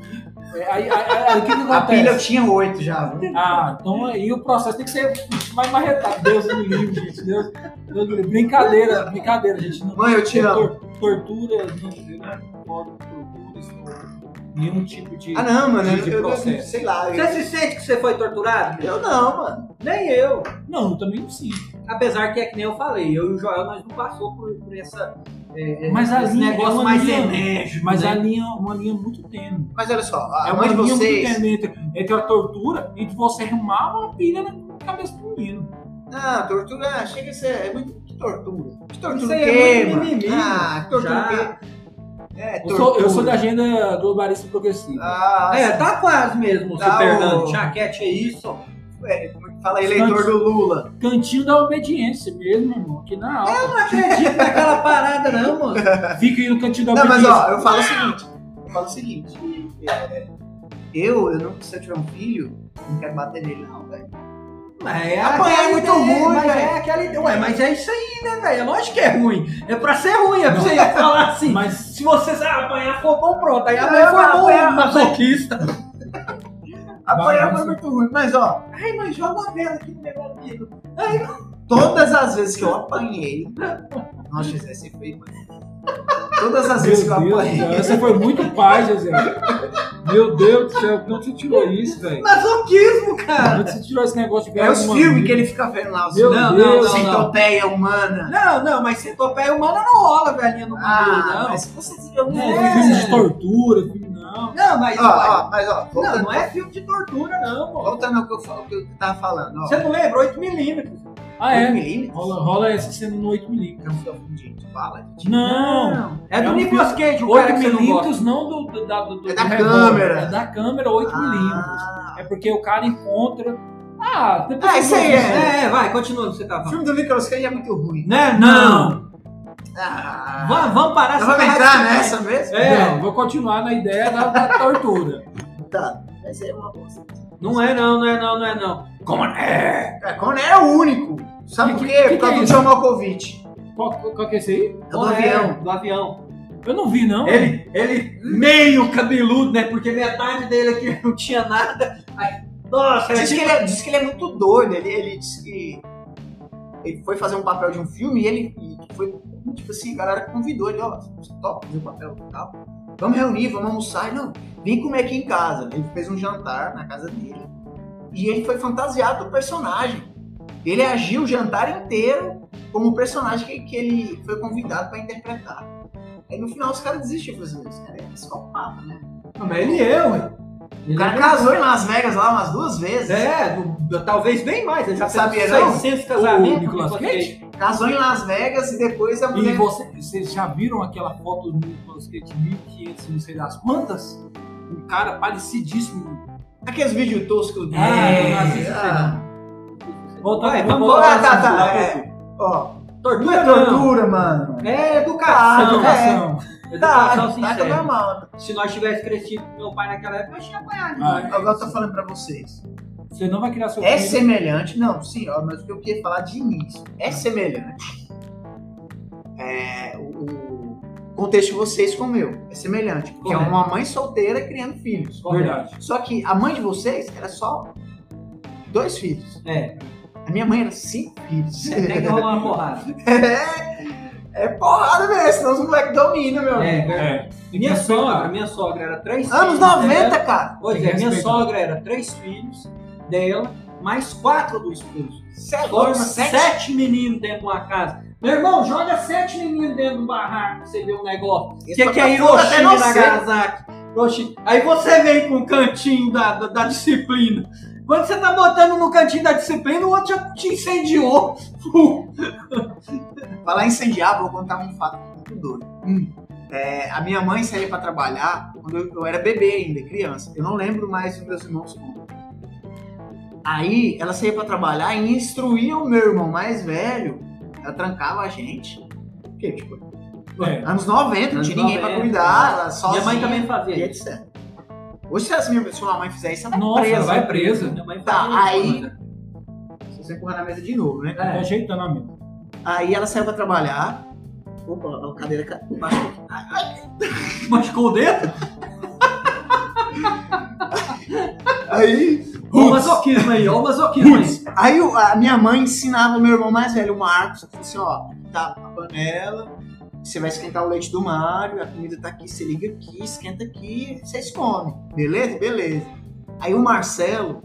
É, aí- aí- aí o que, que A pilha eu acontece? tinha oito já, viu? Ah, então aí o processo tem que ser mais marretado. Deus me livre, gente. Deus, Deus me livre. Brincadeira, brincadeira, gente. Não, Mãe, eu te amo. tor- tortura, não, eu não cobro tortura, isso, nenhum tipo de. Ah, não, mano. de- Eu, de eu- eu- processo. sei lá. Você Eu, se sente que você foi torturado? eu não, mano. Nem eu. Não, eu também não sinto. Apesar que é que nem eu falei, eu e o Joel, nós não passou por, por essa, é, é, Mas a esse linha é negócio uma mais linha. enérgico. Mas né? a linha, uma linha muito tênue. Mas olha só, a É uma mãe de linha muito vocês. tênue entre, entre a tortura e de você arrumar uma pilha na cabeça do menino. Ah, tortura, ah, chega a ser. É muito que tortura. Que tortura Isso o aí quê, é muito mano? mimimi. Ah, que tortura o Já. quê? É, Eu sou, tortura. eu sou da agenda globalista progressiva. Ah, É, tá quase mesmo, Tá, tá, Fernando. o- Chaquete é isso. é, como é que fala eleitor do Lula? Cantinho da obediência mesmo, irmão. Aqui na aula. Não acredito naquela parada, não, moço. Fica aí no cantinho da Não, mas obediência. ó, eu falo o seguinte. Eu falo o seguinte. é, eu, eu não, se eu tiver um filho, eu não quero bater nele, não, velho. Mas é Apanhar aquela é muito ideia, ruim, mas velho. é aquela ideia. Ué, mas é isso aí, né, velho? É Lógico que é ruim. É pra ser ruim, é pra você [laughs] falar assim. Mas Se você ah, apanhar for bom, pronto. Aí Não, amanhã mas for apanhar- bom, masoquista. Apanhar foi Bagunça. muito ruim, mas ó, Ai, mas joga uma vela aqui no meu amigo. todas as vezes que eu apanhei. Nossa, José, você foi, mano. Todas as Meu vezes que eu Deus, apanhei. cara, você foi muito pai, José. Meu Deus do céu, de onde você tirou isso, velho? Masoquismo, De cara. onde você tirou esse negócio de É os filmes que ele fica vendo lá, os Meu não, Deus, não, centopeia humana. Não, não, mas centopeia humana não rola, velhinha, no mundo, Ah, não. mas vocês viram Não, É. filme de tortura, filme não. Não, mas, Ó, ué, ó, mas ó, não, voltando, não é filme de tortura, não, pô. voltando ao que eu, falo, ao que eu tava falando, ó. Você não lembra? 8mm. Ah, é? milímetros? Rola, rola essa cena no 8mm. Não foi ofendido, fala. tipo, gente. Não! É do É um Nicolas Cage, o 8 cara que você não gosta. milímetros não do, do, da- do- do É da revólver, câmera. É da câmera 8 milímetros. Ah, É porque o cara encontra. Ah, depois. Ah, isso aí é. É, é, vai, continua o que você tá O falando. filme do Nicolas Cage é muito ruim. Né? Não! Ah, Vamos, vamos parar Nós vamos essa entrar narrativa. nessa mesmo? É, vou continuar na ideia da, da tortura. Tá, mas é uma bosta. Não é não, não é não, não é não. É, Conan é o único. Sabe Que- por que- quê? que Por causa que é do isso? John Malkovich. Qual, qual que é esse aí? É do Qual é? avião. Do avião. Eu não vi, não. Ele, ele meio cabeludo, né? Porque metade dele aqui não tinha nada. Aí, nossa, Diz que, ele... ele é, diz que ele é muito doido. Ele, ele diz que ele foi fazer um papel de um filme e ele e foi, tipo assim, a galera convidou ele, ó, você topa fazer o papel e tal. Vamos reunir, vamos almoçar. Ele, Não, vem comer aqui em casa. Ele fez um jantar na casa dele e ele foi fantasiado do personagem. Ele agiu o jantar inteiro como o personagem que, que ele foi convidado para interpretar. Aí no final os caras desistiram, falaram assim, "Esse cara é psicopata, né? Não, mas ele é, ué. O cara casou em Las Vegas lá umas duas vezes. É, do- talvez bem mais. Ele já fez Sabia, uns não? 600 O casamentos. Nicolas com Cage? Casou em Las Vegas e depois a E mulher. você- vocês já viram aquela foto do Nicolas Cage 1500, não sei das quantas? Um cara parecidíssimo. Aqueles é vídeos toscos dele. É, não assisto ah, Volta, Vai, vamos vamos voltar lá, ao tá, assunto, tá, lá, é. pouco. Ó, não Tortura é não. tortura, mano. É Ah, educação. educação. É. Tá, Educação tá sincera. normal. né? Se nós tivéssemos crescido com meu pai naquela época, eu tinha apanhado. né? Ah, demais. Agora eu tô falando pra vocês. Você não vai criar seu É filho. semelhante, não, sim, ó, mas o que eu queria falar de início. É semelhante. É, o, o contexto de vocês com o meu. É semelhante. Porque é Correto. uma mãe solteira criando filhos. é Verdade. Só que a mãe de vocês era só dois filhos. É, A minha mãe era cinco filhos. tem que rolar uma porrada. [laughs] É, É porrada mesmo, senão os moleques dominam, meu. amigo. É, É. minha sogra, minha sogra era três Anos filhos 90, dela. cara. Pois Tem é, minha respeito. sogra era três filhos dela, mais quatro do esposo. Cê é Forma louco, sete. sete. meninos dentro de uma casa. Meu irmão, joga sete meninos dentro de um barraco pra você ver o negócio. O que, que é Até Hiroshima e não sei. Nagasaki? Hiroshi- Aí você vem com o cantinho da, da, da disciplina. Quando você tá botando no cantinho da disciplina, o outro já te incendiou. Vai lá incendiar, vou contar um fato muito doido. É, a minha mãe saía pra trabalhar quando eu, eu era bebê ainda, criança. Eu não lembro mais dos meus irmãos como. Aí ela saía pra trabalhar e instruía o meu irmão mais velho. Ela trancava a gente. Porque, tipo, É. anos 90, não Anos tinha ninguém pra 90, cuidar, ela sozinha. Minha mãe também E fazia. isso. etc. Hoje, se a minha, se uma mãe fizer isso, ela tá É. Nossa, presa. vai presa. Minha mãe Tá, fazia isso, aí- cara. Se você empurrar na mesa de novo, né? Tá ajeitando a mesa. É. Aí ela saiu pra trabalhar. Opa, a cadeira ca- baixou. Machucou o dedo? Aí. Olha o masoquismo aí, olha o masoquismo aí. Aí o- a minha mãe ensinava o meu irmão mais velho, o Marcos, falou assim, ó, tá a panela, você vai esquentar o leite do Mário, a comida tá aqui, você liga aqui, esquenta aqui, vocês comem. Beleza? Beleza. Aí o Marcelo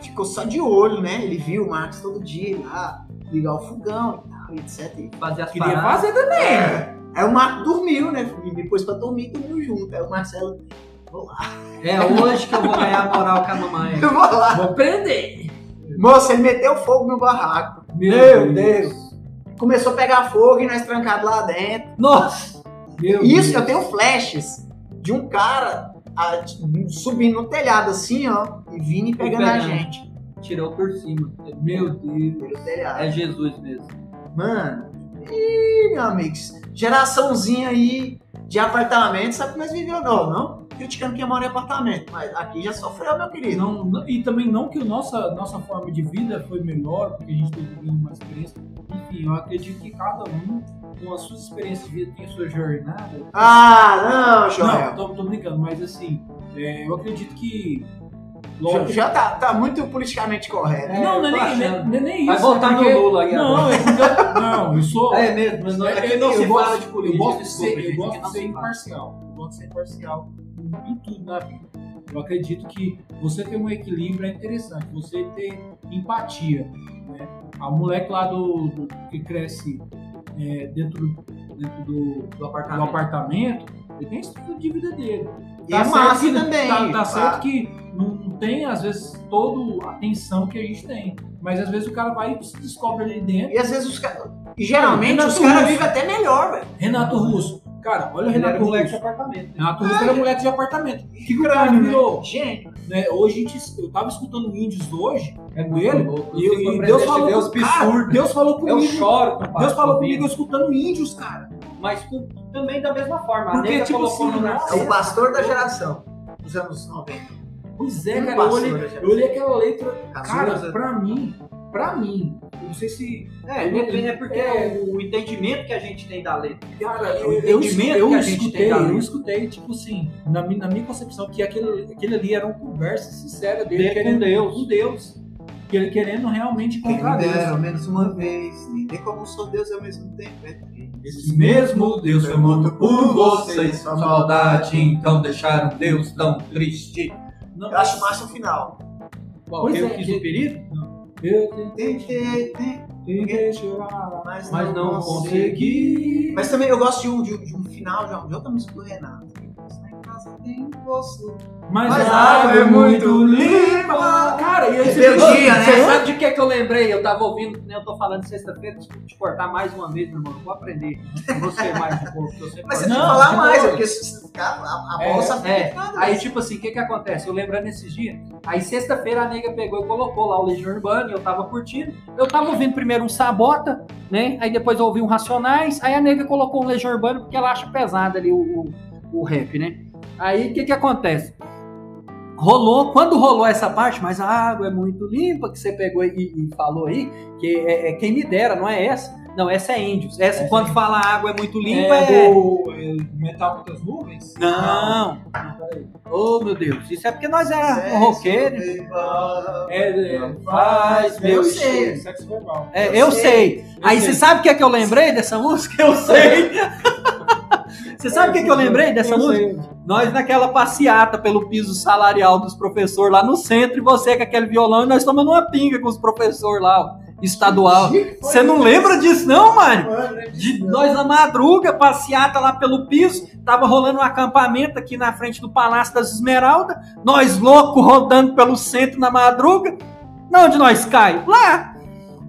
ficou só de olho, né? Ele viu o Marcos todo dia lá, ligar o fogão e tal, etc. E Fazia as Queria paradas. fazer né? também. Aí o Marcos dormiu, né? Me me pôs pra dormir, dormiu junto. Aí o Marcelo, [laughs] vou lá, É hoje que eu vou ganhar moral com a mamãe. eu vou lá. Vou prender. Moça, ele meteu fogo no barraco. Meu Começou a pegar fogo e nós trancados lá dentro. Nossa! Meu Isso, Deus. eu tenho flashes de um cara ah, t- subindo no telhado assim, ó, e vindo e pegando a Pegando. gente. Tirou por cima. Meu Deus. Pelo telhado. É Jesus mesmo. Mano, ih, meu amigo, geraçãozinha aí de apartamento, sabe como é nós vivemos, não, não? Criticando quem mora em apartamento, mas aqui já sofreu, meu E, querido. não- não- e também não que a nossa, nossa forma de vida foi melhor, porque a gente um teve vindo uma experiência. Enfim, eu acredito que cada um, com as suas experiências de vida, tem a sua jornada. Ah, não, não, Joel. tô, tô brincando, mas assim, é, eu acredito que. Já, Lógico. já tá, tá muito politicamente correto. É, não, não é eu tô nem, achando. nem- nem Vai isso. voltar é porque- no Lula aqui agora. Não, é porque eu, não, eu sou. [laughs] É mesmo, mas não, É, aqui eu- não eu se gosto- fala de política. Eu gosto de desculpa, ser, eu gente, gosto aqui de não ser se fala. imparcial. Eu gosto de ser imparcial em tudo na vida. Eu acredito que você ter um equilíbrio é interessante, você ter empatia. Né? A moleque lá do, do- que cresce é, dentro, do- dentro do, Do do apartamento. apartamento, ele tem estrutura de vida dele. e é massa também. Tá, tá pá. certo que não não tem, às vezes, toda a atenção que a gente tem. Mas às vezes o cara vai e se descobre ali dentro. E às vezes os caras. E geralmente Renato os caras Russo. vivem até melhor, velho. Renato Russo. Cara, olha o Ele era Renato moleque de Russo. apartamento. Renato Russo era moleque de apartamento. Que cara crânio, né? virou? Gênio. Né? Hoje a gente, eu tava escutando índios hoje, É ele, louco. e, eu- e Deus falou Deus com, cara, absurdo. É um Deus falou Eu comigo. choro, compadre. Deus falou comigo ouvindo. eu escutando índios, cara. Mas com- também da mesma forma. Porque, a nega tipo colocou assim, no É o nascer. pastor da geração dos anos 90. Pois é, Um cara. Eu pastor né? olhei, da geração. eu olhei aquela letra. Cazuza. Cara, pra mim, pra mim, eu não sei se. É, depende- é porque É. o entendimento que a gente tem da letra. Cara, eu, O eu, entendimento eu que a gente escutei, tem da eu luz. escutei, tipo assim, na, mi- na minha concepção, que aquele, aquele ali era uma conversa sincera dele, Dele com querendo, Deus. com Deus. Que ele querendo realmente Quem encontrar me dera, Deus. ao menos uma vez, e nem como sou Deus ao mesmo tempo. é triste. Esse mesmo Deus foi morto por vocês, sua maldade, então deixaram Deus tão triste. Não, Eu acho massa o final. Qual, Pois eu é, quis que- o perigo? Eu tentei, Tentei, tentei, tentei chorar. mas, Mas não, não consegui. consegui. Mas também eu gosto de um, de um, de um final, de, um, de outra música do Renato. Lá tá em casa tem um poço. Mas, Mas a água é muito limpa. Cara, e aí você Meu fica- dia, Você né? sabe de que, que eu lembrei? Eu tava ouvindo, né, eu tô falando sexta-feira, desculpa te cortar mais uma vez, meu irmão. Eu vou aprender com você mais um pouco. que eu sempre Mas você tem que gosto. Não, falar de mais, boa. é porque se você ficar, a, a É, bolsa fica é. irritada. Aí, tipo assim, o que que acontece? Eu lembrando esses dias, aí sexta-feira a nega pegou e colocou lá o Legião Urbana e eu tava curtindo. Eu tava ouvindo primeiro um Sabota, né? Aí depois eu ouvi um Racionais, aí a nega colocou um Legião Urbana porque ela acha pesado ali o, o, o rap, né? Aí o que que acontece? Rolou, quando rolou essa parte, mas a água é muito limpa que você pegou e, e falou aí, que é, é quem me dera, não é essa. Não, essa é índios. Essa, quando fala água é muito limpa, é. É do é, metal muitas nuvens? Não. peraí. Oh, meu Deus. Isso é porque nós era um roqueiro. É, é, faz meu Eu sei. cheiro, sexo verbal. É, eu, sei. Aí sei. você sabe o que é que eu lembrei dessa música? Eu sei. [laughs] Você sabe o que, é que eu lembrei dessa música? Nós naquela passeata pelo piso salarial dos professores lá no centro, e você com aquele violão, e nós tomando uma pinga com os professores lá, ó, estadual. Você não lembra disso, não, Mário? De nós na madruga, passeata lá pelo piso, tava rolando um acampamento aqui na frente do Palácio das Esmeraldas, nós louco rodando pelo centro na madruga. Não, onde nós cai? Lá!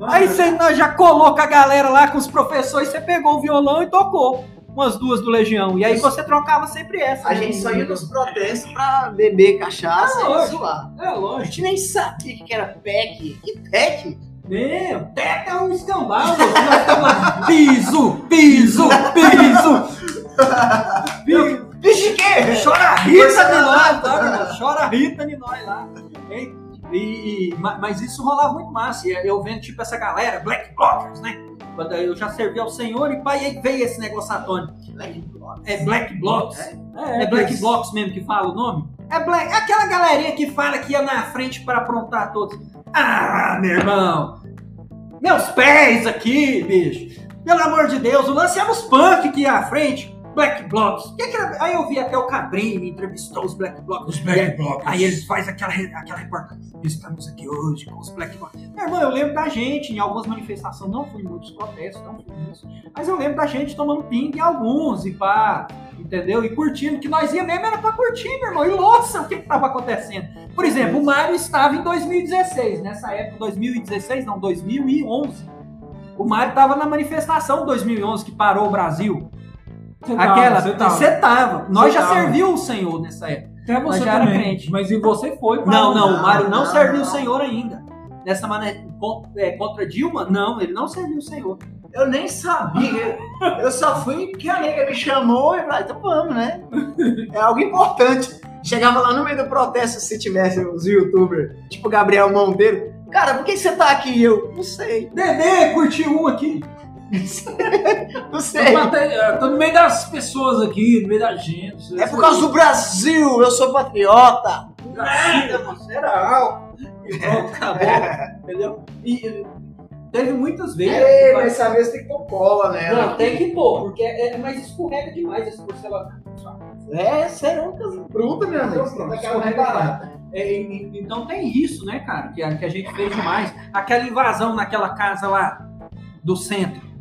Aí você nós já colocou a galera lá com os professores, você pegou o violão e tocou. Umas duas do Legião. E aí você trocava sempre essa. né? A gente só ia nos protestos pra beber cachaça Ah, e lógico. zoar. É A lógico. gente nem sabia o que era PEC. Que PEC? Meu, teca é um [laughs] escambau. você vai ficar lá, Piso, piso, [laughs] piso. piso. Vixe, que? Chora a Rita de nós, tá, meu? Chora a Rita de nós lá. hein? E, e- ma- mas isso rolava muito massa. E eu vendo, tipo, essa galera, Black Blockers, né? Quando eu já servi ao senhor e pai, aí veio esse negócio à tona. É Black Blocks. É Black Blocks mesmo que fala o nome? É Black. é Aquela galerinha que fala que ia na frente pra aprontar todos. Ah, meu irmão! Meus pés aqui, bicho! Pelo amor de Deus, o lance era os punk que ia à frente. Black Blocks. Que que era- Aí eu vi até o Cabrini entrevistou os Black Blocks. Os Black Blockers. Aí eles fazem aquela, re- aquela reportagem. Estamos aqui hoje com os Black Blocs. Meu irmão, eu lembro da gente em algumas manifestações, não fui em muitos protestos, não fui nisso. Mas eu lembro da gente tomando ping em alguns e pá, entendeu? E curtindo, que nós ia mesmo era pra curtir, meu irmão. E louça, o que que tava acontecendo? Por exemplo, o Mário estava em 2016, nessa época, 2016, não, 2011. O Mário tava na manifestação 2011 que parou o Brasil. Você tava, Aquela, você tava. você tava. Nós Você já tava. serviu o Senhor nessa época. Até você já era também. crente. Mas e você foi? Mário? Não, não, o Mário não, não, serviu não. o Senhor ainda. Nessa maneira, contra Dilma, não, ele não serviu o Senhor. Eu nem sabia. Eu só fui que a nega me chamou e falei, então vamos, né? É algo importante. Chegava lá no meio do protesto, se tivesse uns youtubers, tipo Gabriel Monteiro. Cara, por que você tá aqui? E Eu, não sei, [laughs] Dedê, curtiu um aqui. não Eu sei. tô, até- eu tô no meio das pessoas aqui, no meio da gente. É por causa do Brasil, eu sou patriota. É! Geral. E pronto, acabou. entendeu? E e, teve muitas vezes. É, que faz- essa vez tem que pôr cola nela. Não, tem que pôr, porque é, é- mas escorrega demais esse porcelanato. É, seroncas bruta, meu amigo. Você tá carregando barata. É, e- e- então tem isso, né, cara, que a, que a gente fez demais. Aquela invasão naquela casa lá do centro.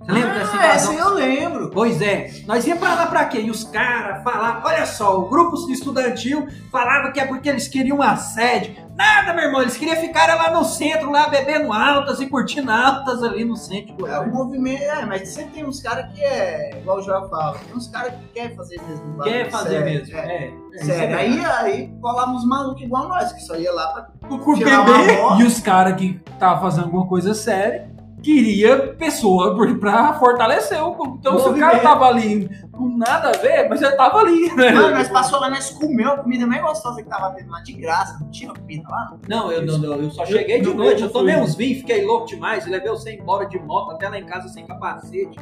Você lembra dessa Ah, essa invasão? eu lembro. Pois é, nós ia pra lá pra quê? E os caras falavam, olha só, o grupo estudantil falava que é porque eles queriam uma sede. Nada, meu irmão, eles queriam ficar lá no centro, lá bebendo altas e curtindo altas ali no centro. de É, o Goiânia. movimento, é, mas sempre tem uns caras que é, igual o João fala, tem uns caras que quer fazer mesmo. bagulho, Quer fazer sério, mesmo, É, é. é, sério. é. Aí, aí colava uns malucos igual nós, que só ia lá pra. do cu Tirar uma [laughs] moto. E os caras que estavam fazendo alguma coisa séria queria pessoa por- pra fortalecer o clube. Então, se o cara Movimento. tava ali com nada a ver, mas ele tava ali, né? Mano, nós passou lá, nós comeu a comida mais gostosa que tava tendo lá, de graça, não tinha comida lá. Não, eu, não, não, eu só Eu- cheguei de não, noite, eu eu tomei fui. uns vinhos, fiquei louco demais, levei você embora de moto, até lá em casa sem capacete.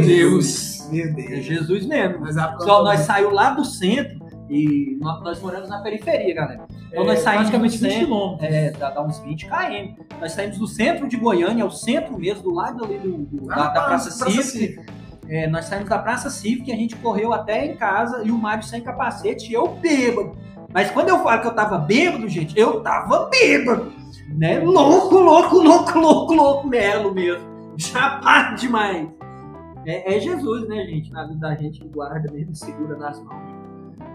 Meu É Deus. Jesus mesmo. Mas a Só nós saímos lá do centro e nó- nós moramos na periferia, galera. Então nós saímos do praticamente 20 centro. quilômetros. É, dá, dá uns 20 km. Nós saímos do centro de Goiânia, ao centro mesmo, do lado ali do, do- da, Ah, da Praça Praça Cívica. É, nós saímos da Praça Cívica e a gente correu até em casa e o Mário sem capacete e eu bêbado. Mas quando eu falo que eu tava bêbado, gente, eu tava bêbado. Né? Louco, louco, louco, louco, louco, melo mesmo. Chapado demais. É, é Jesus, né, gente? Na vida da gente que guarda mesmo, e segura nas mãos.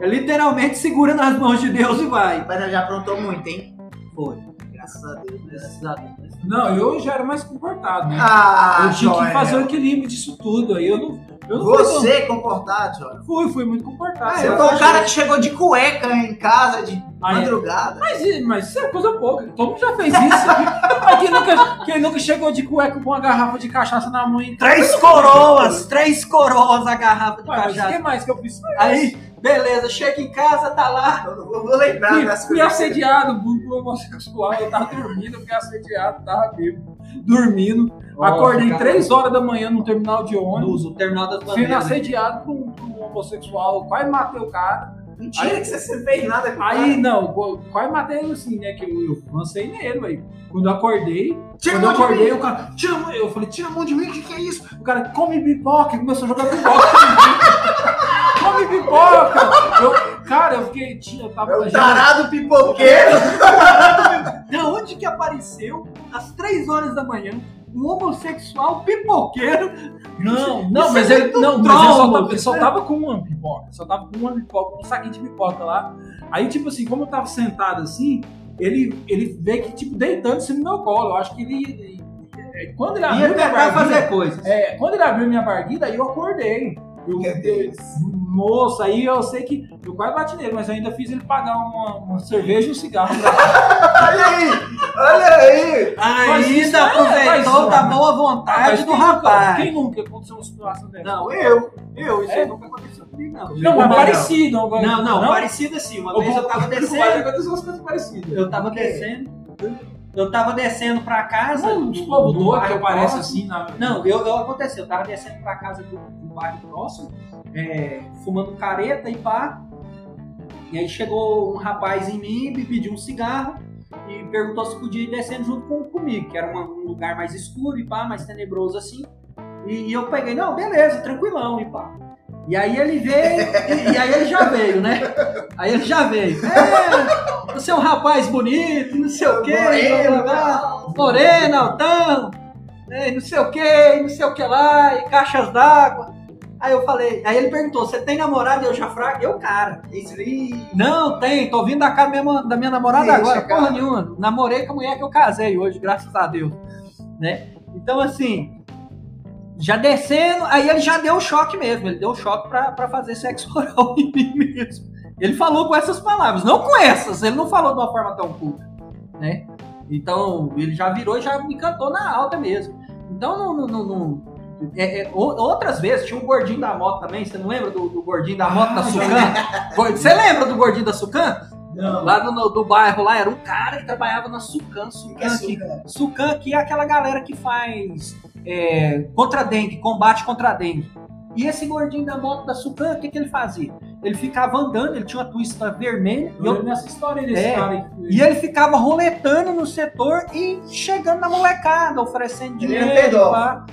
É literalmente segura nas mãos de Deus e vai. Mas nós já aprontou muito, hein? Foi. Graças a Deus. Graças a Deus. Não, eu já era mais comportado, né? Ah, eu tinha que Joel. fazer o equilíbrio disso tudo. Aí eu não. Eu não fui, Você é comportado, Joel. não. fui, fui muito comportado. Você Eu foi o acho- cara que chegou de cueca em casa de Ah, é. madrugada. Mas, mas isso é coisa pouca. Todo mundo já fez isso. [laughs] Mas quem nunca, quem nunca chegou de cueca com uma garrafa de cachaça na mão e. Três coroas, três coroas a garrafa de Ué, Mas o que cachaça. mais que eu fiz? Aí, beleza, chega em casa, tá lá. Eu vou vou lembrar Fui, das fui coisas. assediado por um homossexual, eu tava dormindo, eu fui assediado, tava vivo. dormindo. Nossa, Acordei cara. né? três horas da manhã no terminal de ônibus. O terminal das Sendo bandeiras. assediado por um, por um homossexual, quase matei o cara. Mentira, que você não fez nada com Aí, não, co- quase matei ele assim, né? Que eu, eu lancei nele, velho. Quando eu acordei, quando Tira eu a mão de acordei, mim. o cara, tira a mão, eu falei, tira a mão de mim, o que, que é isso? O cara, come pipoca, e começou a jogar pipoca. [laughs] come pipoca! Eu- cara, eu fiquei, tinha, eu tava. o É um tarado [laughs] pipoqueiro. né? Da onde que apareceu, às 3 horas da manhã, um homossexual pipoqueiro? Não, não, Isso mas é ele, muito não, mas ele só, trauma, tava, ele só né? tava com uma pipoca, só tava com uma pipoca, um saquinho de pipoca lá. Aí, tipo assim, como eu tava sentado assim, ele, ele veio que, tipo, deitando assim no meu colo. Eu acho que ele. ele- é, quando ele abriu Ia minha tentar barriga, fazer coisas. é, quando ele abriu minha barriga, aí eu acordei. Eu, moço, aí eu sei que eu quase bati nele, mas eu ainda fiz ele pagar uma, uma cerveja e um cigarro pra [laughs] Olha aí, olha Mas aí. isso Ainda é- mas isso aproveitou da é- boa Ah, mas vontade quem do nunca- rapaz. Quem nunca aconteceu uma situação dessa? Não, eu. Eu, isso É? aí nunca aconteceu comigo, não. não mas é Não, parecido. agora- Não, não, parecido assim. Uma vez eu tava Quase descendo. aconteceu umas coisas parecidas. Eu tava descendo. Eu tava descendo pra casa. tipo, Não, uns povos do doidos que bairro aparecem próximo. assim na... Não, eu, eu aconteceu, eu tava descendo pra casa do, do bairro próximo, é, fumando careta e pá. E aí chegou um rapaz em mim, me pediu um cigarro e perguntou se podia ir descendo junto com, comigo, que era uma- um lugar mais escuro e pá, mais tenebroso assim. E, eu peguei, não, beleza, tranquilão e pá. E aí ele veio, e, e aí ele já veio, né? Aí ele já veio. É, você é um rapaz bonito, não sei o quê, blá, blá, blá. Morena, Altão, né, e não sei o que, e não sei o que lá, e caixas d'água. Aí eu falei, aí ele perguntou, você tem namorada? E Eu já fraga, eu cara. Isso aí. Não, tem, tô vindo da casa da minha, da minha namorada Deixa, agora, cara. porra nenhuma. Namorei com a mulher que eu casei hoje, graças a Deus. Né? Então, assim, já descendo, aí ele já deu um choque mesmo, ele deu um choque pra, pra fazer sexo [laughs] oral em mim mesmo. Ele falou com essas palavras, não com essas, ele não falou de uma forma tão pública, né? Então, ele já virou e já me cantou na alta mesmo. Então, não... não- não- não- é- é, ou- outras vezes, tinha um gordinho da moto também, você não lembra do, do gordinho da moto da já Sucan? Gord- Você lembra do gordinho da Sucan? Não. Lá no- no- do bairro lá era um cara que trabalhava na Sucan, é Sucan assim, aqui. Sucan que é aquela galera que faz é, contra dengue, combate contra a dengue. E esse gordinho da moto da Sucan, o que, que ele fazia? Ele ficava andando, ele tinha uma twista vermelha Eu e, eu- lembro dessa história desse É. cara aí. e ele ficava roletando no setor e chegando na molecada, oferecendo Ele dinheiro. é pedófilo. pá.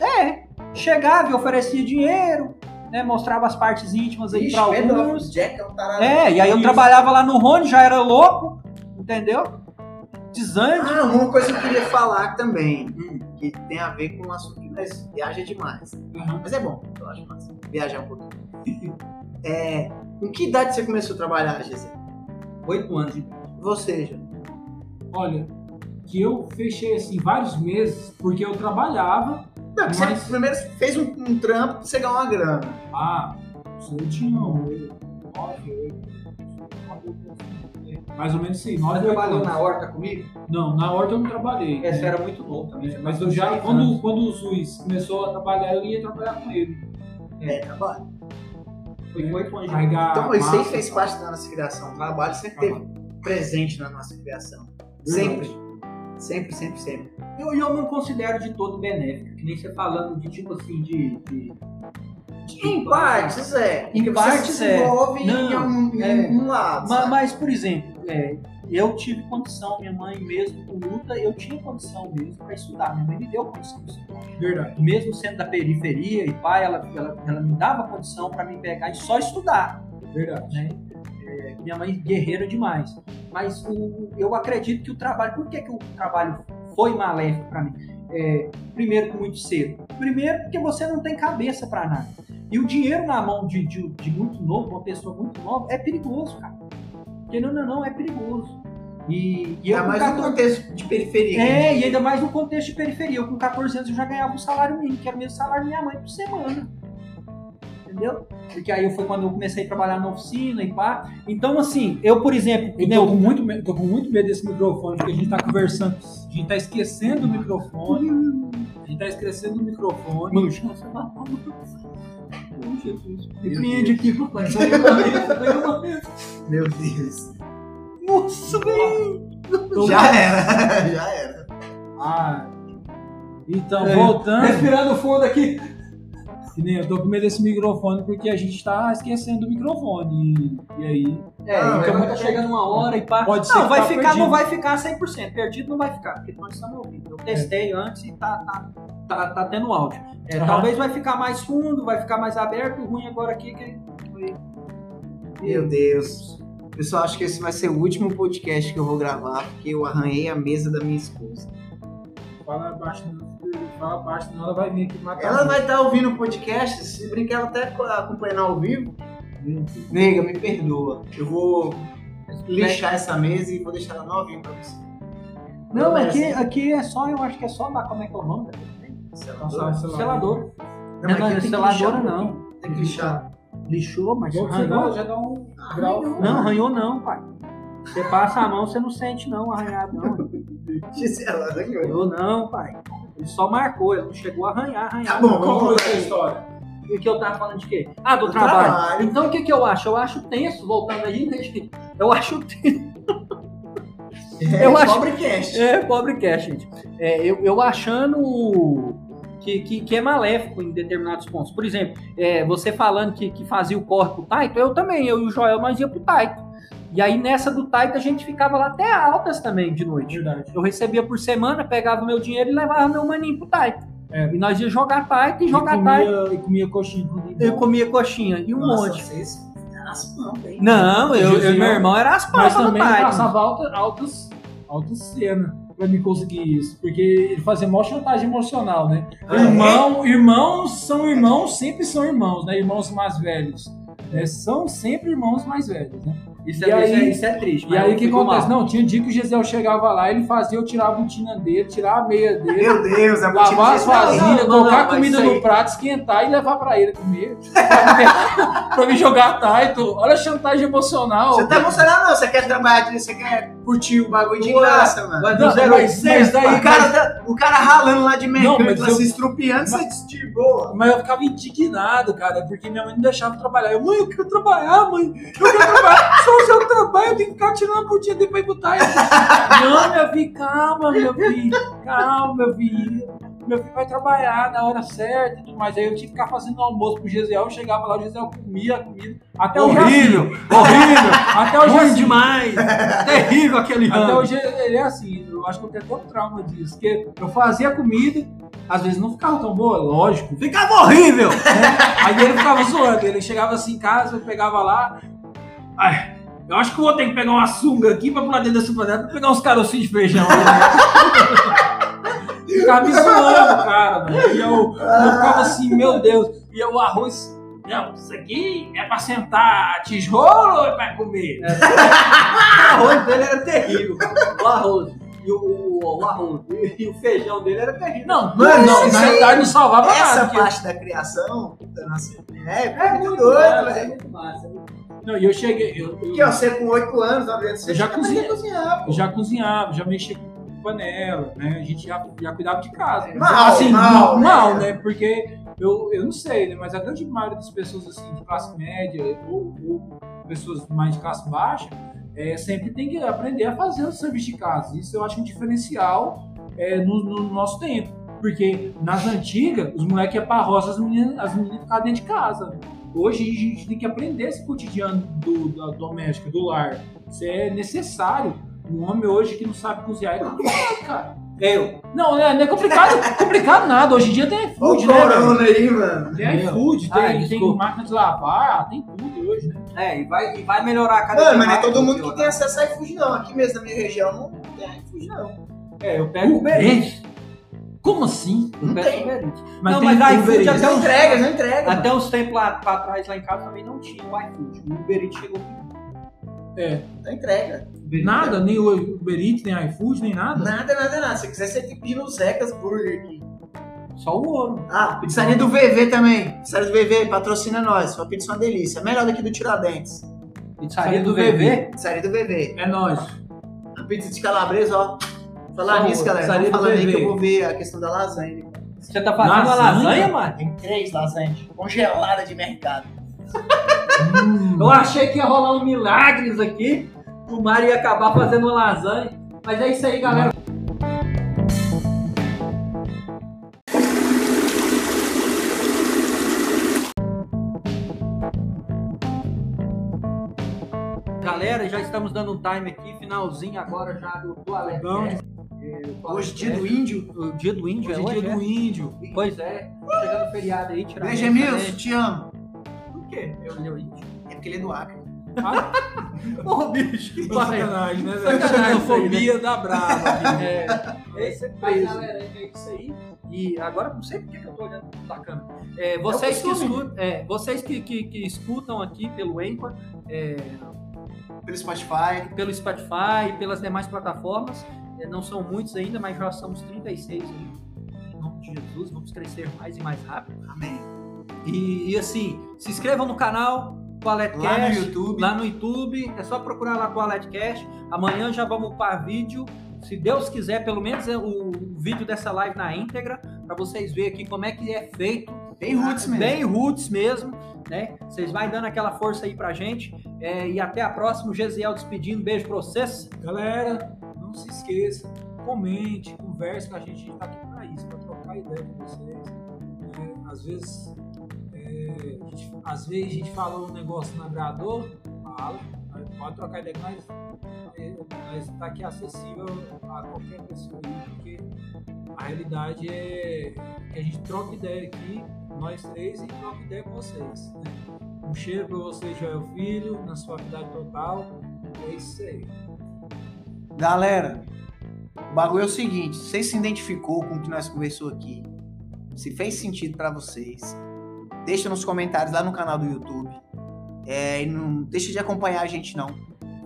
É, é. Chegava e oferecia dinheiro, né, mostrava as partes íntimas aí Ixi, pra alguns. pedófilo. Jack é um tarado. É, e aí eu Isso. trabalhava lá no Rony, já era louco, entendeu? Desande. Ah, uma coisa que eu queria falar também, Hum. que tem a ver com o assunto que nós viaja demais. Mas é bom, eu acho massa. Viajar um pouquinho. [laughs] é, em que idade você começou a trabalhar, Gisele? Oito anos. Você já. Olha, que eu fechei assim vários meses, porque eu trabalhava. Não, você Mas- primeiro fez um, um trampo pra você ganhar uma grana. Ah, isso eu tinha um então. nove, oito, nove, oito, mais ou menos assim, nove, Você oito trabalhou anos. na horta comigo? Não, na horta eu não trabalhei. né? Essa era muito novo também. É, Mas eu já, quando, quando o Zuiz começou a trabalhar, eu ia trabalhar com ele. É, trabalho. Foi com oito anos. de idade. Carregar Então, isso aí massa, fez parte da nossa criação. O trabalho sempre teve presente na nossa criação. Uhum. Verdade. Sempre. Sempre, sempre, sempre. Eu, eu não considero de todo benéfico, que nem você falando de tipo assim, de. de, de Em partes, é. Em Porque partes, você se é. desenvolve em, Não, um, em é. um lado. Ma- Mas, sabe? por exemplo, é, eu tive condição, minha mãe mesmo com luta, eu tinha condição mesmo para estudar. Minha mãe me deu condição de estudar. Verdade. mesmo sendo da periferia e pai, ela, ela, ela me dava condição para me pegar e só estudar. Verdade. Né? É, minha mãe guerreira demais. Mas o- eu acredito que o trabalho, por que, que o trabalho foi maléfico para mim? É, primeiro, que muito cedo. Primeiro, porque você não tem cabeça para nada. E o dinheiro na mão de, de, de muito novo, uma pessoa muito nova, é perigoso, cara. Porque não, não, não, é perigoso. E, e eu Ainda com mais no 14 contexto de periferia. né? é, e ainda mais no contexto de periferia. Eu com 14 anos eu já ganhava um salário mínimo, que era o mesmo salário da minha mãe por semana. Entendeu? Porque aí foi quando eu comecei a trabalhar na oficina e pá. Então, assim, eu, por exemplo, Eu tô meu, com, muito medo, tô com muito medo desse microfone, porque a gente tá conversando. A gente tá esquecendo o microfone. A gente tá esquecendo o microfone. Mano, chama o celular. Meu Jesus. Meu Prende aqui, [laughs] papai. Ganhou uma vez, ganhou uma vez. Meu Deus. Nossa, velho. Tô- [laughs] Já era, já era. Ah. Então, É, voltando. Respirando fundo aqui. Que nem eu tô com medo desse microfone porque a gente tá esquecendo o microfone. E, e aí. É, Ah, então mas tá chegando uma hora e pá. Pode ser não, que vai tá ficar, perdido. não vai ficar 100%. Perdido não vai ficar, porque nós estamos ouvindo. Eu testei antes e tá, tá, tá, tá tendo áudio. É, Aham. Talvez vai ficar mais fundo, vai ficar mais aberto. O ruim agora aqui que. É. Meu Deus. Pessoal, acho que esse vai ser o último podcast que eu vou gravar, porque eu arranhei a mesa da minha esposa. Fala baixo, não. fala baixo, não, ela vai vir aqui matar. Ela vai estar ouvindo o podcast, se brincar, ela até acompanhando ao vivo. Nega, me perdoa. Eu vou lixar essa mesa e vou deixar ela novinha pra você. assim. Não, mas aqui, aqui né? é só, eu acho que é só dar como é que é o nome. né? Nossa, selador. Selador. Não, mas Não, aqui tem que seladora lixar um não. pouquinho. Tem que lixar. Lixou, mas Vou arranhou. chegar, já dá um grau. Não, arranhou não, pai. Você passa a mão, você não sente não, arranhado não. Giselada, que eu- Arranhou não, pai. Ele só marcou, ele não chegou a arranhar, arranhar. Tá Qual bom, vamos foi voltar. essa é? história? E que eu tava falando de quê? Ah, do Do trabalho. trabalho. Então o que, que eu acho? Eu acho tenso, voltando aí, né, gente? Eu acho tenso. É, Eu acho- Pobrecast. É, pobre cash, gente. É, eu, eu achando que, que, que é maléfico em determinados pontos. Por exemplo, é, você falando que, que fazia o corre pro Taito, eu também, eu e o Joel, nós ia pro Taito. E aí nessa do Taito a gente ficava lá até altas também de noite. Verdade. Eu recebia por semana, pegava meu dinheiro e levava meu maninho pro Taito. É. E nós ia jogar Taito e jogar e Taito. comia, um e comia coxinha. Eu comia coxinha e um Nossa, monte. vocês ficaram aspando, hein? Não, eu, eu, Josiel. meu irmão era as Mas papas do também Taito. passava altas altas altas cenas pra me conseguir isso. Porque ele fazia maior chantagem emocional, né? é? Ah, Irmão, irmãos são irmãos, sempre são irmãos, né? Irmãos mais velhos. né? São sempre irmãos mais velhos, né? Isso E é, isso é- aí- isso é triste. E mas aí o eu que fico acontece? mal. Não, tinha dia que o Gisel chegava lá, ele fazia eu tirar a botina dele, tirar a meia dele, Meu Deus, a botina lavar de as Giselada. vasilhas, Tipo, não, não, colocar a mas comida isso aí- no prato, esquentar e levar pra ele comer. [laughs] pra pra me jogar taito. Olha a chantagem emocional. Você tá emocionado, não? Você quer trabalhar, você quer curtir o bagulho de Ué, graça, mano. Vai do Não, zero mas- ao cem. mas daí- o, cara tá- o cara ralando lá de Não, mecânico, mas lá eu- se estrupiando, você de boa. Mas eu ficava indignado, cara, porque minha mãe não deixava eu trabalhar. Eu, mãe, eu quero trabalhar, mãe. Eu quero trabalhar. [laughs] Só o seu trabalho, eu tenho que ficar tirando a botinha depois do time. Não, meu filho, calma, meu filho. Calma, meu filho. Meu filho vai trabalhar na hora certa e tudo mais. Aí eu tinha que ficar fazendo almoço pro Gesiel. Eu chegava lá, o Gesiel comia a comida. Até o Horrível, Jacinto. Horrível. Até o Ruim Jacinto. demais! Terrível aquele Até ramo. hoje ele é assim, eu acho que eu tenho até um trauma disso, porque eu fazia comida, às vezes não ficava tão boa, lógico, É, Ficava horrível! Aí ele ficava zoando, ele chegava assim em casa, eu pegava lá. "Ai, eu acho que eu vou ter que pegar uma sunga aqui pra pular dentro da sunga dela pra pegar uns carocinhos de feijão. né?" [laughs] ficava me zoando, cara. velho. E eu, eu ficava assim, meu Deus. E eu, o arroz. Não, isso aqui é pra sentar tijolo ou é pra comer? O Ah, arroz dele era terrível. O arroz. E o, o- o arroz. E o feijão dele era terrível. Não, Mano, não, isso na aí- verdade não salvava nada. Essa porque- parte da criação, da nossa- é, é muito massa, doido, é velho. muito massa. Não, e eu cheguei, eu- eu- Porque ó, você com 8 anos, 9 anos, Eu você já aprende cozinhei. a cozinhar. eu já cozinhava, já mexia com panela, né? A gente já, já cuidava de casa. Mal, assim, mal, mal, mal, né? né? Porque eu, eu não sei, né? Mas a grande maioria das pessoas assim de classe média ou, ou pessoas mais de classe baixa é, sempre tem que aprender a fazer o serviço de casa. Isso eu acho um diferencial é, no, no nosso tempo. Porque nas antigas, os moleques iam pra roça, as meninas, as meninas ficavam dentro de casa. Hoje a gente tem que aprender esse cotidiano do, da doméstica, do lar. Isso é necessário. Um homem hoje que não sabe cozinhar é complicado, cara. Eu. Não, né, não é [laughs] complicado, complicado nada. Hoje em dia tem Ó food, o né? velho? corona aí, mano. Tem iFood, tem, Ai, tem Ah, desculpa. máquina de lavar, tem tudo hoje, né? É, e vai, e vai melhorar cada Mano, mas vez não é mais. todo mundo que tem acesso a iFood, não. Aqui mesmo na minha região não tem iFood, não. É, eu pego o Uber Eats. Como assim? Eu Não pego tem. Uber Eats. Mas Não, tem Então, mas Uber Eats. iFood até Não uns, entrega, não entrega. até uns tempos lá pra trás lá em casa também não tinha o iFood. O Uber Eats chegou com mano. Não entrega. Nada, nem o Uber Eats, nem iFood, nem nada. Nada, nada, nada. Se quiser, você tem que pedir no Zecas Burger aqui. só o ouro. Ah, pizzaria do VV também. Pizzaria do VV, patrocina nós. Sua pizza é uma delícia. Melhor daqui do Tiradentes. Pizzaria do VV. Pizzaria do VV. É nóis. A pizza de calabresa, ó. Falar Por nisso, favor, pizzaria galera. Vamos do falando aí VV. que eu vou ver a questão da lasanha. Você tá fazendo uma Lasanha? lasanha, mano? Tem três lasanhas congelada de mercado. Eu achei que ia rolar um milagres aqui. O Mário ia acabar fazendo uma lasanha. Mas é isso aí, galera. galera. Já estamos dando um time aqui, finalzinho agora já do, do Alercast. É, do Hoje, dia do Alercast. índio. O dia do índio, é Hoje é dia do índio. índio. Pois é, chegando o feriado aí, tirar Beijo, a mesa, né? Emilson, te amo. Por quê? Eu li o índio. É porque ele é do Acre. Ô, bicho, que é Sacanagem, né? velho? Sacanagem isso aí, né? Xenofobia da brava. aqui. É, é isso aí, Mas, galera, é isso aí. E agora, não sei por que que eu tô olhando pra câmera. É, vocês, que costume. escutam, é, vocês que, que- que escutam aqui pelo Anchor, é, Pelo Spotify. pelo Spotify e pelas demais plataformas, é, não são muitos ainda, mas já somos 36 aí. Em nome de Jesus, vamos crescer mais e mais rápido. Amém. E, e assim, se inscrevam no canal Toilet Lá no Cash, YouTube. lá no YouTube, é só procurar lá Toilet Cash. Amanhã já vamos upar vídeo, se Deus quiser, pelo menos é o, o vídeo dessa live na íntegra, para vocês verem aqui como é que é feito. Ah, Bem roots mesmo. Bem roots mesmo, né? Vocês vai dando aquela força aí pra gente. É, e até a próxima, o Gesiel despedindo. Beijo pra vocês. Galera, não se esqueça, comente, converse com a gente, a gente tá aqui pra isso, pra trocar ideia com vocês. É, às vezes, é, a gente- às vezes a gente fala um negócio que não agradou, fala, mas pode trocar ideia, mas, é, mas tá aqui acessível a qualquer pessoa aí, porque a realidade é que a gente troca ideia aqui, nós três, e troca ideia com vocês. né? Um cheiro pra você, Joel Filho, na sua atividade total. É isso aí. Galera, o bagulho é o seguinte: você se identificou com o que nós conversou aqui? Se fez sentido pra vocês? Deixa nos comentários lá no canal do YouTube. É, e não deixa de acompanhar a gente não.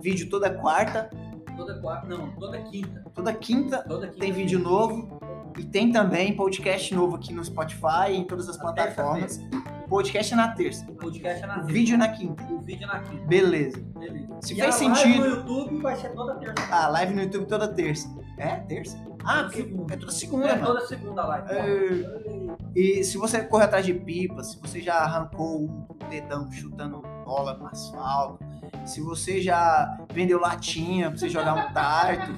Vídeo toda quarta, Toda quarta, não, toda quinta. toda quinta Toda quinta. tem vídeo novo e tem também podcast novo aqui no Spotify e em todas as plataformas. O podcast é na terça, O podcast é na o sexta. vídeo é na quinta. O vídeo é na quinta. Beleza. Beleza. Se E fez a live sentido- No YouTube vai ser toda terça. A live no YouTube toda terça. É terça? Ah, porque é toda segunda, É mano. toda segunda a live. É. E se você corre atrás de pipa, se você já arrancou um dedão chutando bola no asfalto, se você já vendeu latinha pra você jogar um tarto,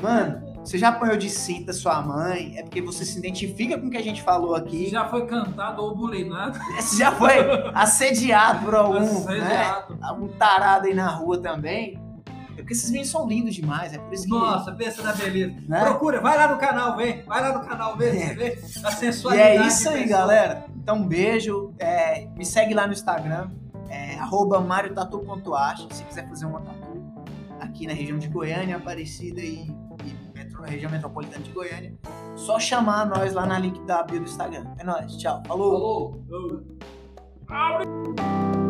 mano, você já apanhou de cinta sua mãe, é porque você se identifica com o que a gente falou E aqui. já foi cantado ou bulinado. [laughs] Você já foi assediado por algum, né? assediado. Algum tarado aí na rua também. É porque esses meninos são lindos demais, é por isso que. Nossa, pensa na beleza. É. né? Procura, vai lá no canal, vem. Vai lá no canal, vê. você vê a E sensualidade. é isso aí, pessoal. galera. Então, um beijo. É, me segue lá no Instagram, é, arroba mariotatu.arte. Se quiser fazer uma tatu aqui na região de Goiânia, Aparecida e, e metro- região metropolitana de Goiânia, só chamar nós lá na link da bio do Instagram. É nóis, tchau. Falou. Falou.